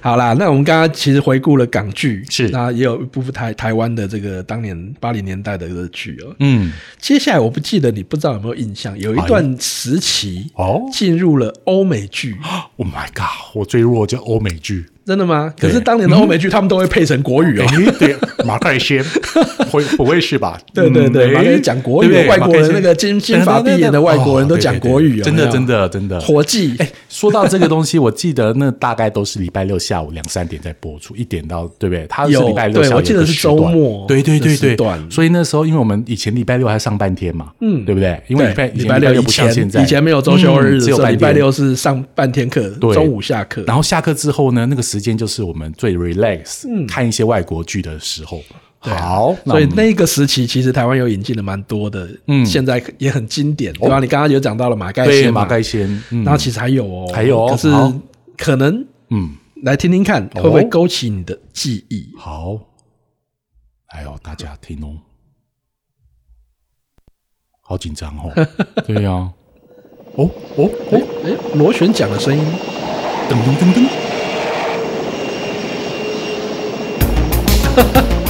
Speaker 1: 好啦，那我们刚刚其实回顾了港剧，
Speaker 2: 是
Speaker 1: 那也有一部分台台湾的这个当年八零年代的这个剧哦。
Speaker 2: 嗯，
Speaker 1: 接下来我不记得你不知道有没有印象，有一段时期
Speaker 2: 哦
Speaker 1: 进入了欧美剧，
Speaker 2: ，Oh my god，我最弱就欧美剧。
Speaker 1: 真的吗？可
Speaker 2: 对
Speaker 1: 是当年的欧美剧他们都会配成国语哦。
Speaker 2: 哎，对，马
Speaker 1: *laughs*
Speaker 2: 盖先，会不会是吧？
Speaker 1: 对对对
Speaker 2: 嗯
Speaker 1: 马盖讲国语
Speaker 2: 对不对
Speaker 1: 外国人
Speaker 2: 马盖
Speaker 1: 那
Speaker 2: 先
Speaker 1: 个金金发碧眼的外国人都讲国语啊哎
Speaker 2: 哦
Speaker 1: 有
Speaker 2: 对对对真
Speaker 1: 没
Speaker 2: 的
Speaker 1: 有
Speaker 2: 真的真的。
Speaker 1: 伙计，
Speaker 2: 哎，说到这个东西，我记得那大概都是礼拜六下午两三点在播出，一点到对不对？它是
Speaker 1: 有
Speaker 2: 礼拜六
Speaker 1: 对
Speaker 2: 下午
Speaker 1: 我记得
Speaker 2: 有个
Speaker 1: 是
Speaker 2: 时段
Speaker 1: 周末
Speaker 2: 对对对
Speaker 1: 的时
Speaker 2: 对
Speaker 1: 段
Speaker 2: 所以那时候，因为我们以前礼拜六还上半天嘛，嗯，对不对？因为
Speaker 1: 对
Speaker 2: 礼拜以前
Speaker 1: 礼拜六
Speaker 2: 又
Speaker 1: 以
Speaker 2: 不像现在，
Speaker 1: 前以前没有周休二日的
Speaker 2: 嗯只
Speaker 1: 时
Speaker 2: 有
Speaker 1: 候，
Speaker 2: 半
Speaker 1: 礼拜
Speaker 2: 天
Speaker 1: 六是上半天课，
Speaker 2: 对
Speaker 1: 中午下课，
Speaker 2: 然后下课之后呢，那个时间就是我们最 relax、看一些外国剧的时候。好，
Speaker 1: 嗯所以
Speaker 2: 我们
Speaker 1: 那个时期，其实台湾有引进了蛮多的，
Speaker 2: 嗯哦
Speaker 1: 现在也很经典，对啊吧？你刚刚有讲到了马盖
Speaker 2: 对
Speaker 1: 先嘛
Speaker 2: 马盖先，嗯
Speaker 1: 然后其实还有哦，
Speaker 2: 还有哦
Speaker 1: 可是
Speaker 2: 好
Speaker 1: 可能
Speaker 2: 嗯，
Speaker 1: 来听听看，会不会勾起你的记忆？
Speaker 2: 好，哎呦，大家听哦，好紧张 *laughs* 哦。对呀、哦哦
Speaker 1: 哎
Speaker 2: 哦，
Speaker 1: 哎，螺旋桨的声音，
Speaker 2: 噔噔噔 *laughs* 噔。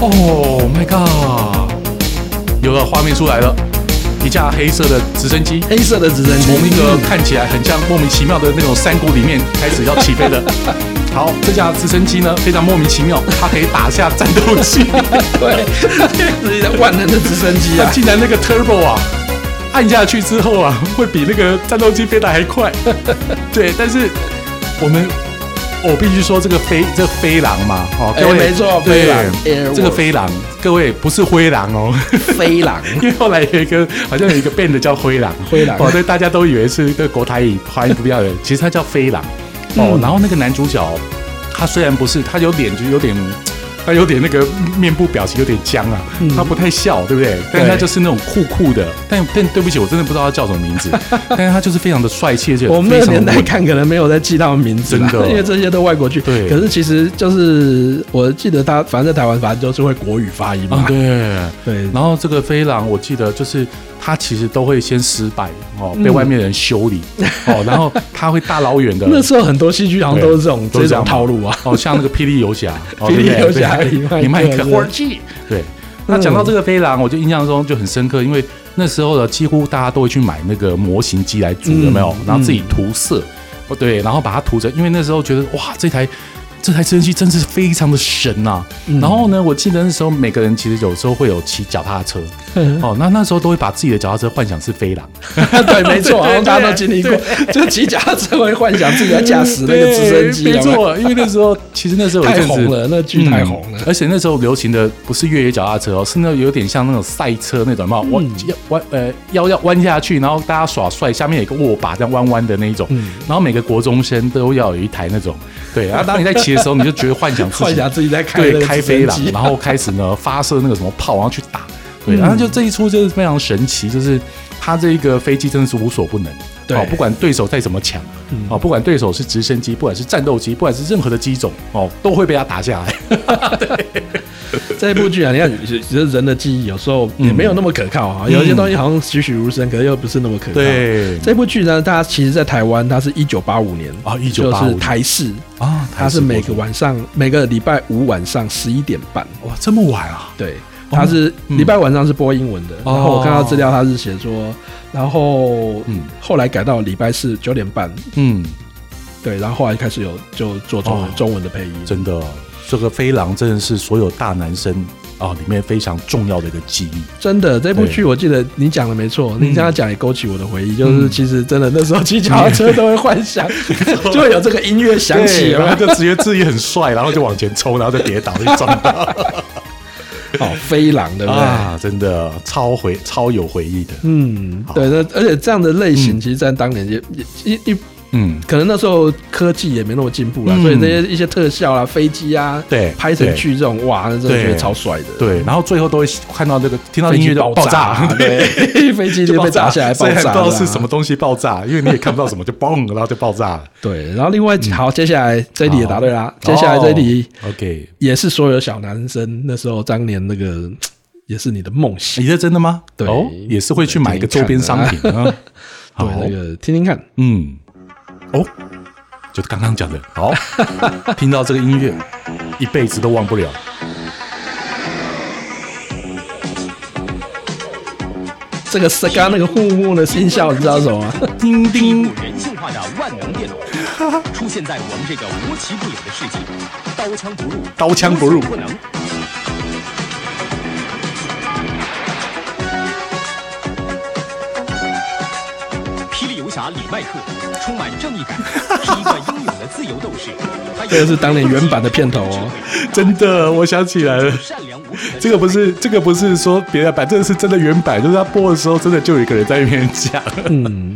Speaker 2: 哦、my god！有了画面出来了，一架黑色的直升机
Speaker 1: 黑色的直升机，
Speaker 2: 从那个看起来很像莫名其妙的那种山谷里面开始要起飞 *laughs* 了。好，这架直升机呢非常莫名其妙，它可以打下战斗机。
Speaker 1: 对， *laughs* 这是一辆万能的直升机
Speaker 2: 那 *laughs*
Speaker 1: 啊！
Speaker 2: 竟然那个 turbo 啊，按下去之后啊，会比那个战斗机飞得还快。 *laughs* 对，但是我们。我必须说，这个飞这飞狼嘛，哦，
Speaker 1: 哎
Speaker 2: 各位，
Speaker 1: 没错
Speaker 2: 对
Speaker 1: 飞狼哎 Airwolf
Speaker 2: 这个飞狼，各位不是灰狼哦，
Speaker 1: 飞狼，
Speaker 2: *laughs* 因为后来有一个好像有一个 band 叫灰狼，
Speaker 1: 灰狼
Speaker 2: 哦，对，大家都以为是这个国台语发音不标准，其实它叫飞狼。
Speaker 1: 嗯
Speaker 2: 哦，然后那个男主角，他虽然不是，他有点就有点，他有点那个面部表情有点僵啊，
Speaker 1: 嗯
Speaker 2: 他不太笑，对不对？但他就是那种酷酷的，但但对不起，我真的不知道他叫什么
Speaker 1: *laughs*
Speaker 2: 名字，但是他就是非常的帅气，而且
Speaker 1: 我们那个
Speaker 2: 非常
Speaker 1: 年
Speaker 2: 的
Speaker 1: 代
Speaker 2: 稳
Speaker 1: 看可能没有在记他们名字啦，
Speaker 2: 真的哦
Speaker 1: 因为这些都外国剧。
Speaker 2: 对
Speaker 1: 可是其实就是我记得他，反正在台湾，反正都是会国语发音
Speaker 2: 啊，
Speaker 1: 嘛。
Speaker 2: 对。
Speaker 1: *laughs* 对，
Speaker 2: 然后这个飞狼，我记得就是他其实都会先失败哦，
Speaker 1: 嗯
Speaker 2: 被外面人修理、哦，然后他会大老远的
Speaker 1: *laughs* 那时候很多戏剧好呃像都是这种
Speaker 2: 对都
Speaker 1: 这
Speaker 2: 是这样
Speaker 1: 种套路啊。
Speaker 2: 哦，像那个霹雳游侠，
Speaker 1: *laughs*
Speaker 2: 哦
Speaker 1: 霹雳游侠
Speaker 2: 对不对
Speaker 1: 李
Speaker 2: 李
Speaker 1: 麦
Speaker 2: 麦
Speaker 1: 克
Speaker 2: 克
Speaker 1: 是
Speaker 2: 霍尔基，对。那讲到这个飞狼，我就印象中就很深刻，因为那时候的几乎大家都会去买那个模型机来组，有没有
Speaker 1: 嗯？
Speaker 2: 然后自己涂色，哦对，然后把它涂成，因为那时候觉得哇，这台这台直升机真是非常的神呐、
Speaker 1: 嗯
Speaker 2: 然后呢，我记得那时候每个人其实有时候会有骑脚踏车，
Speaker 1: 嗯
Speaker 2: 哦，那那时候都会把自己的脚踏车幻想是飞狼，
Speaker 1: *laughs* 对，没 *laughs* 错，好
Speaker 2: 对对
Speaker 1: 像大家都经历过，就骑脚踏车会幻想自己在驾驶那个直升机，
Speaker 2: 对没
Speaker 1: 有没有，
Speaker 2: 错，因为那时候其实那时候有一
Speaker 1: 太
Speaker 2: 阵子
Speaker 1: 红了，那剧太红了
Speaker 2: 嗯。而且那时候流行的不是越野脚踏车哦，是那有点像那种赛车那种嘛，
Speaker 1: 嗯
Speaker 2: 弯要弯呃腰要弯下去，然后大家耍帅，下面有一个握把这样弯弯的那一种。
Speaker 1: 嗯
Speaker 2: 然后每个国中生都要有一台那种，对。然后当你在骑的时候，你就觉得幻想自己
Speaker 1: *laughs* 幻想自己在开那
Speaker 2: 对
Speaker 1: 个
Speaker 2: 开
Speaker 1: 直升
Speaker 2: 飞狼
Speaker 1: 机，
Speaker 2: 然后开始呢 *laughs* 发射那个什么炮，然后去打。对，然后就这一出就是非常神奇，就是它这一个飞机真的是无所不能，
Speaker 1: 对
Speaker 2: 哦，不管对手再怎么强，哦，不管对手是直升机，不管是战斗机，不管是任何的机种，哦，都会被它打下来。
Speaker 1: 这一部剧啊，你看，其实人的记忆有时候嗯也没有那么可靠啊，有一些东西好像栩栩如生，可是又不是那么可靠。
Speaker 2: *laughs* 对
Speaker 1: 这部剧呢，它其实在台湾，它是哦一九八五年
Speaker 2: 啊1985
Speaker 1: 就是台视
Speaker 2: 啊
Speaker 1: 它是每个
Speaker 2: 晚
Speaker 1: 晚上每个礼拜五晚上十一点半，
Speaker 2: 哇这么晚啊？
Speaker 1: 对，它是
Speaker 2: 嗯
Speaker 1: 礼拜晚上是播英文的，
Speaker 2: 哦
Speaker 1: 然后我看到资料它是写说，然后
Speaker 2: 嗯
Speaker 1: 后来改到礼拜四九点半，
Speaker 2: 嗯，
Speaker 1: 对，然后后来开始有就做中
Speaker 2: 哦
Speaker 1: 文中文的配音，
Speaker 2: 真的，这个飞狼真的是所有大男生啊、里面非常重要的一个记忆。
Speaker 1: 真的，这部
Speaker 2: 对嗯
Speaker 1: 剧我记得你讲的没错，你这样讲也勾起我的回忆，就是其实真的那时候骑脚踏车都会幻想，
Speaker 2: 嗯
Speaker 1: 就会有这个音乐响起，有没
Speaker 2: 然后
Speaker 1: 有
Speaker 2: 就直觉自己很帅，然后就往前冲，然后就跌倒，就撞 *laughs* 到
Speaker 1: 哦，飞狼，对不对？
Speaker 2: 啊！真的超回超有回忆的。
Speaker 1: 嗯，对，那而且这样的类型，其实，在当年也也一一
Speaker 2: 嗯，
Speaker 1: 可能那时候科技也没那么进步啦，
Speaker 2: 嗯
Speaker 1: 所以这些一些特效啊、飞机啊，
Speaker 2: 对
Speaker 1: 拍成剧这种，哇，那真的
Speaker 2: 对
Speaker 1: 觉得超帅的，
Speaker 2: 对，然后最后都会看到这个听到
Speaker 1: 飞
Speaker 2: 音
Speaker 1: 机
Speaker 2: 乐就
Speaker 1: 爆炸， *laughs* 对，飞机就被打下来爆
Speaker 2: 虽然
Speaker 1: 炸，
Speaker 2: 不知道是什么。东西爆炸，因为你也看不到什么，就嘣，然后就爆炸了。
Speaker 1: 对，然后另外好，接下来这一题也答对啦，
Speaker 2: 嗯好
Speaker 1: 接下来这一题
Speaker 2: 哦，OK，
Speaker 1: 也是所有小男生那时候当年那个也是你的梦想，
Speaker 2: 你这真的吗？
Speaker 1: 对
Speaker 2: 哦，也是会去买一个周边商品啊。好
Speaker 1: *laughs* 对，，那个听听看，
Speaker 2: 嗯，哦，就是刚刚讲的，
Speaker 1: *laughs*
Speaker 2: 好，听到这个音乐，一辈子都忘不了。
Speaker 1: 这个是刚刚那个木木的音效，你知道是什么吗？ *laughs*
Speaker 2: 叮叮
Speaker 6: 一，部人性化的万能电脑，
Speaker 1: *laughs*
Speaker 6: 出现在我们这个无奇不有的世纪，刀枪不入，
Speaker 2: 刀枪不入
Speaker 6: 无所不能。霹雳游侠李麦克充满正义
Speaker 1: *laughs*
Speaker 6: 感，是一个英勇的自由斗士。他有
Speaker 1: 这个是当年原版的片头哦
Speaker 2: 真的，我想起来了。
Speaker 6: 善良无
Speaker 1: *laughs*
Speaker 6: 知的
Speaker 2: 这个不是，这个不是说别的版，这个是真的原版，就是他播的时候，真的就有一个人在那边讲。
Speaker 1: 嗯，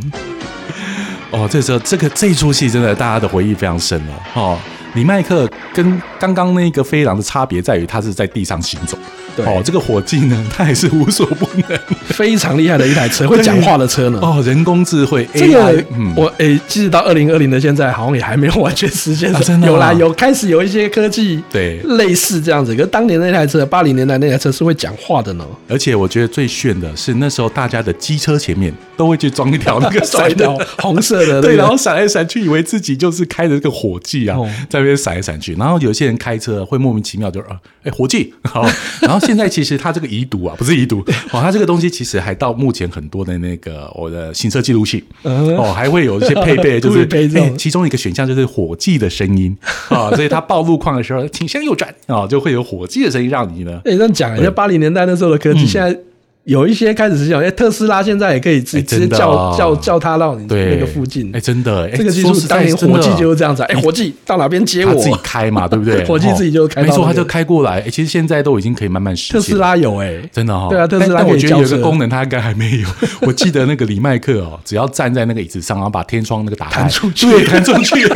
Speaker 2: *laughs* 哦，这时候这个这一出戏真的大家的回忆非常深了哦。李麦克跟刚刚那个飞狼的差别在于，他是在地上行走。
Speaker 1: 对
Speaker 2: 哦，这个火计呢，他也是无所不能。
Speaker 1: 非常厉害的一台车， *laughs* 会讲话的车呢。
Speaker 2: 哦，人工智慧 AI，
Speaker 1: 这个
Speaker 2: 嗯，
Speaker 1: 我诶，即使到二零二零的现在，好像也还没有完全实现
Speaker 2: 啊。真的吗
Speaker 1: 有啦，有开始有一些科技
Speaker 2: 对
Speaker 1: 类似这样子，可是当年那台车，八零年代那台车是会讲话
Speaker 2: *laughs*
Speaker 1: 的呢。
Speaker 2: 而且我觉得最炫的是，那时候大家的机车前面都会去装一
Speaker 1: *laughs*
Speaker 2: 条那个
Speaker 1: 甩
Speaker 2: 闪
Speaker 1: 一条
Speaker 2: 的。哦
Speaker 1: 红色的那个，
Speaker 2: 对，然后闪来闪去，以为自己就是开着这个火计啊，
Speaker 1: 哦
Speaker 2: 在那边闪来闪去。然后有些人开车会莫名其妙就啊，哎，火计 *laughs* 好。然后现在其实它这个遗毒啊，不是遗
Speaker 1: *laughs*
Speaker 2: 毒，哦，它这个东西其实还到目前很多的那个我的行车记录器，
Speaker 1: 嗯
Speaker 2: 哦，还会有一些配备，
Speaker 1: *laughs*
Speaker 2: 就
Speaker 1: 会
Speaker 2: 是
Speaker 1: 配这种
Speaker 2: 哎其中一个选项就是火计的声
Speaker 1: *laughs*
Speaker 2: 音啊，所以它报路况的时候，请向右转啊，就会有火计的声音让你呢
Speaker 1: 哎、这样讲，人家八零年代那时候的科技，
Speaker 2: 嗯
Speaker 1: 现在有一些开始实现。哎、特斯拉现在也可以直
Speaker 2: 哎
Speaker 1: 直
Speaker 2: 真
Speaker 1: 接
Speaker 2: 的
Speaker 1: 叫、
Speaker 2: 哦
Speaker 1: 叫叫它到你
Speaker 2: 对
Speaker 1: 那个附近。
Speaker 2: 哎、真的，哎、
Speaker 1: 这个技
Speaker 2: 说
Speaker 1: 术
Speaker 2: 实
Speaker 1: 当
Speaker 2: 在
Speaker 1: 年
Speaker 2: 真
Speaker 1: 火
Speaker 2: 的
Speaker 1: 计就是这样子啊。哎、火计到哪边接
Speaker 2: 他
Speaker 1: 我？
Speaker 2: 自己开嘛，对不
Speaker 1: *laughs*
Speaker 2: 对？哦
Speaker 1: 火计自己就开到
Speaker 2: 没错，
Speaker 1: 那
Speaker 2: 他
Speaker 1: 个
Speaker 2: 就开过来。哎、其实现在都已经可以慢慢实现
Speaker 1: 特
Speaker 2: 了。
Speaker 1: 斯拉有哎、
Speaker 2: 真的哈、哦，
Speaker 1: 对啊，特斯拉
Speaker 2: 但但
Speaker 1: 可
Speaker 2: 我
Speaker 1: 以
Speaker 2: 觉得有
Speaker 1: 叫
Speaker 2: 一个
Speaker 1: 车
Speaker 2: 功能，它应该还没有。 *laughs* 我记得那个李麦克哦，只要站在那个椅子上，然后把天窗那个打开，
Speaker 1: 弹出去
Speaker 2: 对，弹出去
Speaker 1: *laughs*
Speaker 2: 了，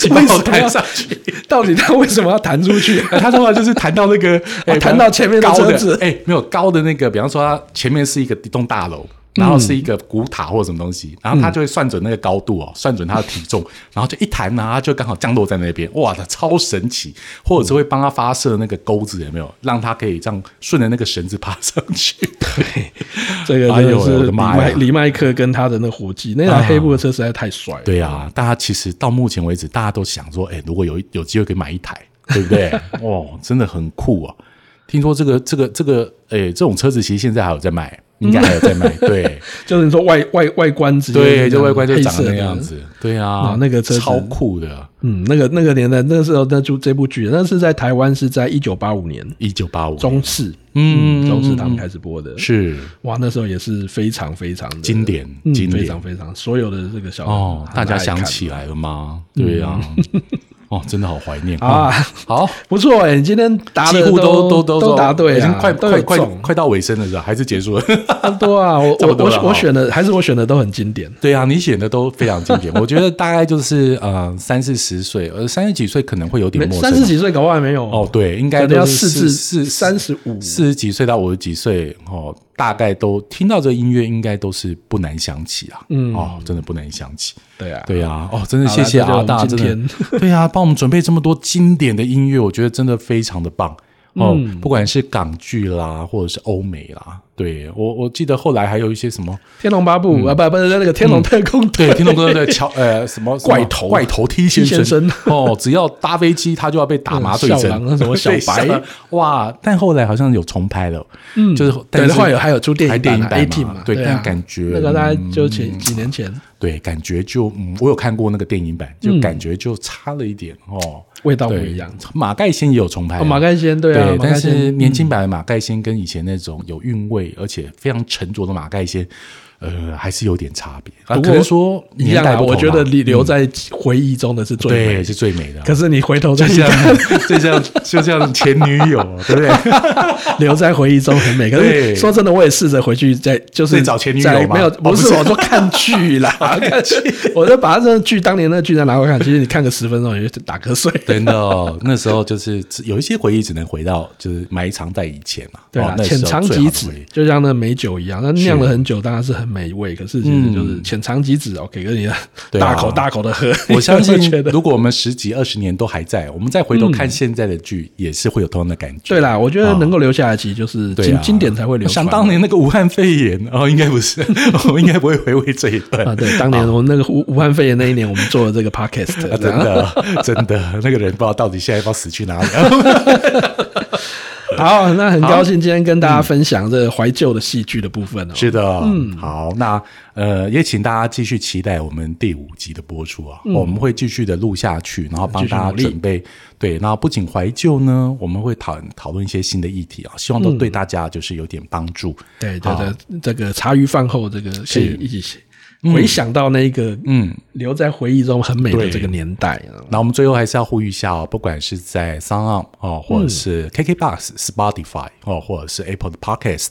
Speaker 2: 请帮
Speaker 1: 为什
Speaker 2: 我
Speaker 1: 么
Speaker 2: 弹上去。
Speaker 1: 到底它为什么要弹出去？
Speaker 2: 哎 *laughs* 他说话就是弹到那个，哎
Speaker 1: 哦弹到前面的
Speaker 2: 高
Speaker 1: 车子
Speaker 2: 哎、没有高的那个，比方说它前面是一个一栋大楼。然后是一个古塔或者什么东西，然后他
Speaker 1: 嗯
Speaker 2: 就会算准那个高度哦，算准他的体重，然后就一弹呢、他就刚好降落在那边，哇，他超神奇！或者是会帮他发射那个钩子，有没有让他可以这样顺着那个绳子爬上去？
Speaker 1: *laughs* 这个
Speaker 2: 哎
Speaker 1: 真
Speaker 2: 呦
Speaker 1: 的是
Speaker 2: 我
Speaker 1: 李
Speaker 2: 的妈
Speaker 1: 麦
Speaker 2: 呀啊
Speaker 1: 李麦克跟他的那火计，那台黑布的车实在太帅了。
Speaker 2: 对啊，大家其实到目前为止，大家都想说，哎、如果有一有机会可以买一台，对
Speaker 1: *laughs*
Speaker 2: 不对？哦，真的很酷啊！听说这个这个这个，哎、这种车子其实现在还有在卖，
Speaker 1: 嗯
Speaker 2: 应该还有在卖。
Speaker 1: *laughs*
Speaker 2: 对
Speaker 1: 就是说外外外观直接
Speaker 2: 对，就
Speaker 1: 那
Speaker 2: 外观就
Speaker 1: 黑
Speaker 2: 长
Speaker 1: 色
Speaker 2: 得
Speaker 1: 的
Speaker 2: 那样。子。对啊
Speaker 1: 啊，那个车子
Speaker 2: 超酷的，
Speaker 1: 嗯，那个那个年代，那个时候那就这部剧，那是在台湾是在一九八五年
Speaker 2: 一九八五
Speaker 1: 中视，
Speaker 2: 嗯
Speaker 1: 中视他
Speaker 2: 嗯
Speaker 1: 们
Speaker 2: 嗯
Speaker 1: 开始播的，
Speaker 2: 是
Speaker 1: 哇，那时候也是非常非常的
Speaker 2: 经典
Speaker 1: 嗯，
Speaker 2: 经典
Speaker 1: 非常非常所有的这个小
Speaker 2: 哦，大家想
Speaker 1: 起
Speaker 2: 起来了吗？对啊， *laughs* 哦，真的好怀念
Speaker 1: 啊 *laughs*
Speaker 2: 哦好，
Speaker 1: 不错哎，你今天答
Speaker 2: 几
Speaker 1: 的
Speaker 2: 乎
Speaker 1: 都
Speaker 2: 都
Speaker 1: 都
Speaker 2: 都
Speaker 1: 答对
Speaker 2: 已经
Speaker 1: 了，
Speaker 2: 快
Speaker 1: 都
Speaker 2: 快
Speaker 1: 有
Speaker 2: 快
Speaker 1: 中
Speaker 2: 快到尾声了是吧？还是结束了？
Speaker 1: 差不多啊，我
Speaker 2: 差不
Speaker 1: 我
Speaker 2: 多了哦
Speaker 1: 我
Speaker 2: 哈
Speaker 1: 我选的还是我选的都很经典，
Speaker 2: 对啊，你选的都非常经
Speaker 1: *laughs*
Speaker 2: 典，我觉得大概就是呃三四十岁，呃三十几岁可能会有点
Speaker 1: 没
Speaker 2: 陌生。啊
Speaker 1: 三十几岁搞不好还没有
Speaker 2: 哦，对，应该
Speaker 1: 可
Speaker 2: 都
Speaker 1: 能
Speaker 2: 是
Speaker 1: 要四至
Speaker 2: 四
Speaker 1: 三十五
Speaker 2: 四十几岁到五十几岁哦，大概都听到这音乐，应该都是不难想起啊。嗯，哦，真的不难想起。
Speaker 1: 对啊，
Speaker 2: 对啊，哦，真的
Speaker 1: 好啦
Speaker 2: 谢谢
Speaker 1: 这就是
Speaker 2: 阿
Speaker 1: 我们
Speaker 2: 大，
Speaker 1: 今
Speaker 2: 真的，对啊，帮我们准备这么多经典的音乐，我觉得真的非常的棒哦，
Speaker 1: 嗯
Speaker 2: 不管是港剧啦，或者是欧美啦，对我我记得后来还有一些什么，
Speaker 1: 天龙八
Speaker 2: 嗯
Speaker 1: 部啊，不不是那个天龙特工队
Speaker 2: 对，听众哥对乔呃什么什么
Speaker 1: 怪头
Speaker 2: 怪头 T 先
Speaker 1: T 先生
Speaker 2: 哦，只要搭飞机他就要被打麻醉
Speaker 1: 嗯
Speaker 2: 针
Speaker 1: 小狼，那什么小
Speaker 2: *laughs* 对
Speaker 1: 白
Speaker 2: 狼哇，但后来好像有重拍了，嗯，就是但
Speaker 1: 对，
Speaker 2: 是
Speaker 1: 后来有还有出电
Speaker 2: 还
Speaker 1: 影
Speaker 2: 电影
Speaker 1: 版 A
Speaker 2: 版
Speaker 1: team
Speaker 2: 嘛
Speaker 1: 嘛，
Speaker 2: 对，
Speaker 1: 啊
Speaker 2: 但感觉
Speaker 1: 那个大概
Speaker 2: 嗯
Speaker 1: 就前几年前
Speaker 2: 对，感觉就嗯，我有看过那个电影版，就感觉就差了一点哦，
Speaker 1: 嗯味道不
Speaker 2: 对
Speaker 1: 一样。
Speaker 2: 马盖先也有重拍啊、
Speaker 1: 哦马盖先对啊马
Speaker 2: 但
Speaker 1: 盖先
Speaker 2: 是年轻版的马盖先跟以前那种有韵味而且非常沉着的马盖先，呃，还是有点差别。啊，
Speaker 1: 不
Speaker 2: 可
Speaker 1: 过
Speaker 2: 能说
Speaker 1: 一
Speaker 2: 年
Speaker 1: 样
Speaker 2: 代
Speaker 1: 啊，
Speaker 2: 不同
Speaker 1: 我觉得
Speaker 2: 嘛
Speaker 1: 你留
Speaker 2: 嗯
Speaker 1: 在回忆中的是最美
Speaker 2: 对
Speaker 1: 的。
Speaker 2: 是最美的啊。
Speaker 1: 可是你回头再
Speaker 2: 就像
Speaker 1: 想，
Speaker 2: *laughs* 就像就像前女友，对
Speaker 1: *laughs*
Speaker 2: 不对？
Speaker 1: 留在回忆中很美。可
Speaker 2: 对
Speaker 1: 是说真的，我也试着回去再就是
Speaker 2: 再找前女友
Speaker 1: 再
Speaker 2: 吗
Speaker 1: 没有，
Speaker 2: *laughs* 哦不
Speaker 1: 不
Speaker 2: 是哦
Speaker 1: 是我说看剧
Speaker 2: *laughs*
Speaker 1: 啦，看剧， *laughs* 我就把这剧当年那剧再拿回来看。其实你看个十分钟，你就打瞌睡。
Speaker 2: 真的哦，那时候就是只有一些回忆，只能回到就是埋藏在以前嘛。
Speaker 1: 对
Speaker 2: 啊
Speaker 1: 啊，，
Speaker 2: 那时
Speaker 1: 浅
Speaker 2: 候
Speaker 1: 尝
Speaker 2: 最
Speaker 1: 即
Speaker 2: 好的
Speaker 1: 止
Speaker 2: 回忆，
Speaker 1: 就像那美酒一样，那酿了很久，当然是很美味。可是其实就是
Speaker 2: 嗯
Speaker 1: 浅尝即止哦，给个你
Speaker 2: 对啊
Speaker 1: 大口大口的喝， *laughs*
Speaker 2: 我相信
Speaker 1: 你就会觉，得嗯
Speaker 2: 如果我们十几二十年都还在，我们再回头看现在的剧，也是会有同样的感觉。
Speaker 1: 对啦，我觉
Speaker 2: 啊
Speaker 1: 得能够留下来，其实就是
Speaker 2: 对
Speaker 1: 经
Speaker 2: 啊
Speaker 1: 经典才会留。
Speaker 2: 想当。年那个武汉肺炎，哦，应该
Speaker 1: *laughs*
Speaker 2: 不是，我应该不会回味这一段
Speaker 1: 啊，对，当年
Speaker 2: 哦
Speaker 1: 我们那个武武汉肺炎那一年，我们做了这个
Speaker 2: *laughs*
Speaker 1: podcast，
Speaker 2: 啊真
Speaker 1: 然后
Speaker 2: 的， *laughs* 真的，那个人不知道到底现在不知道死去
Speaker 1: *laughs*
Speaker 2: 哪里。
Speaker 1: 好，那很高兴今天跟大家分享这个怀旧的戏剧的部分哦。
Speaker 2: 是的，嗯，好，那呃，也请大家继续期待我们第五集的播出啊，我们会继续的录下去，然后
Speaker 1: 嗯
Speaker 2: 帮
Speaker 1: 继续
Speaker 2: 大家
Speaker 1: 努力
Speaker 2: 准备对，那不仅怀旧呢，我们会讨讨论一些新的议题啊，希望
Speaker 1: 嗯
Speaker 2: 都对大家就是有点帮助。
Speaker 1: 对对
Speaker 2: 好
Speaker 1: 对，这个茶余饭后，这个可
Speaker 2: 是
Speaker 1: 以一起回想到那个嗯，留在回忆中很美的这个年代啊。
Speaker 2: 那我们最后还是要呼吁一下哦，不管是在 s o n 哦，或者
Speaker 1: 嗯
Speaker 2: 是 KKBox、Spotify 哦，或者是 Apple 的 Podcast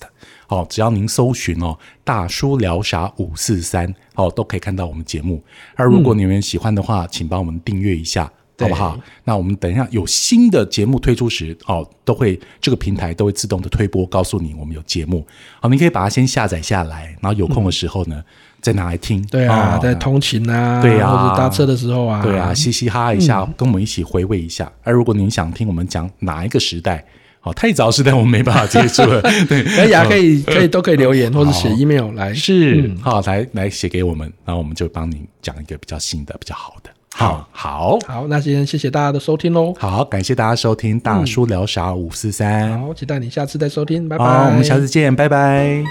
Speaker 2: 哦，只要您搜寻哦“大叔聊啥五四三”哦，都可以看到我们节目。而如果你们喜欢的话，请帮我们订阅一
Speaker 1: 嗯
Speaker 2: 下。好不好？那我们等一下有新的节目推出时，哦，都会这个平台都会自动的推播，告诉你我们有节目。好，你可以把它先下载下来，然后有空的时候呢，再拿来听。
Speaker 1: 嗯对啊
Speaker 2: 哦，
Speaker 1: 在通勤啊，
Speaker 2: 对啊
Speaker 1: 或者搭车的时候啊，
Speaker 2: 对啊，嘻嘻哈哈一下，跟我们一起回味一下。而如果您想听我们讲哪一个时代，好，太早时代我们没办法接
Speaker 1: *laughs*
Speaker 2: 触了。对，
Speaker 1: 可
Speaker 2: *laughs*
Speaker 1: 以啊，嗯可以可以都可以留言或者写 email 来。
Speaker 2: 是嗯好，来来写给我们，然后我们就帮您讲一个比较新的、比较好的。好好
Speaker 1: 好，那今天谢谢大家的收听喽。
Speaker 2: 好，感谢大家收听大叔聊啥五四三。
Speaker 1: 好，期待你下次再收听，拜拜。
Speaker 2: 好，我们下次见，拜拜。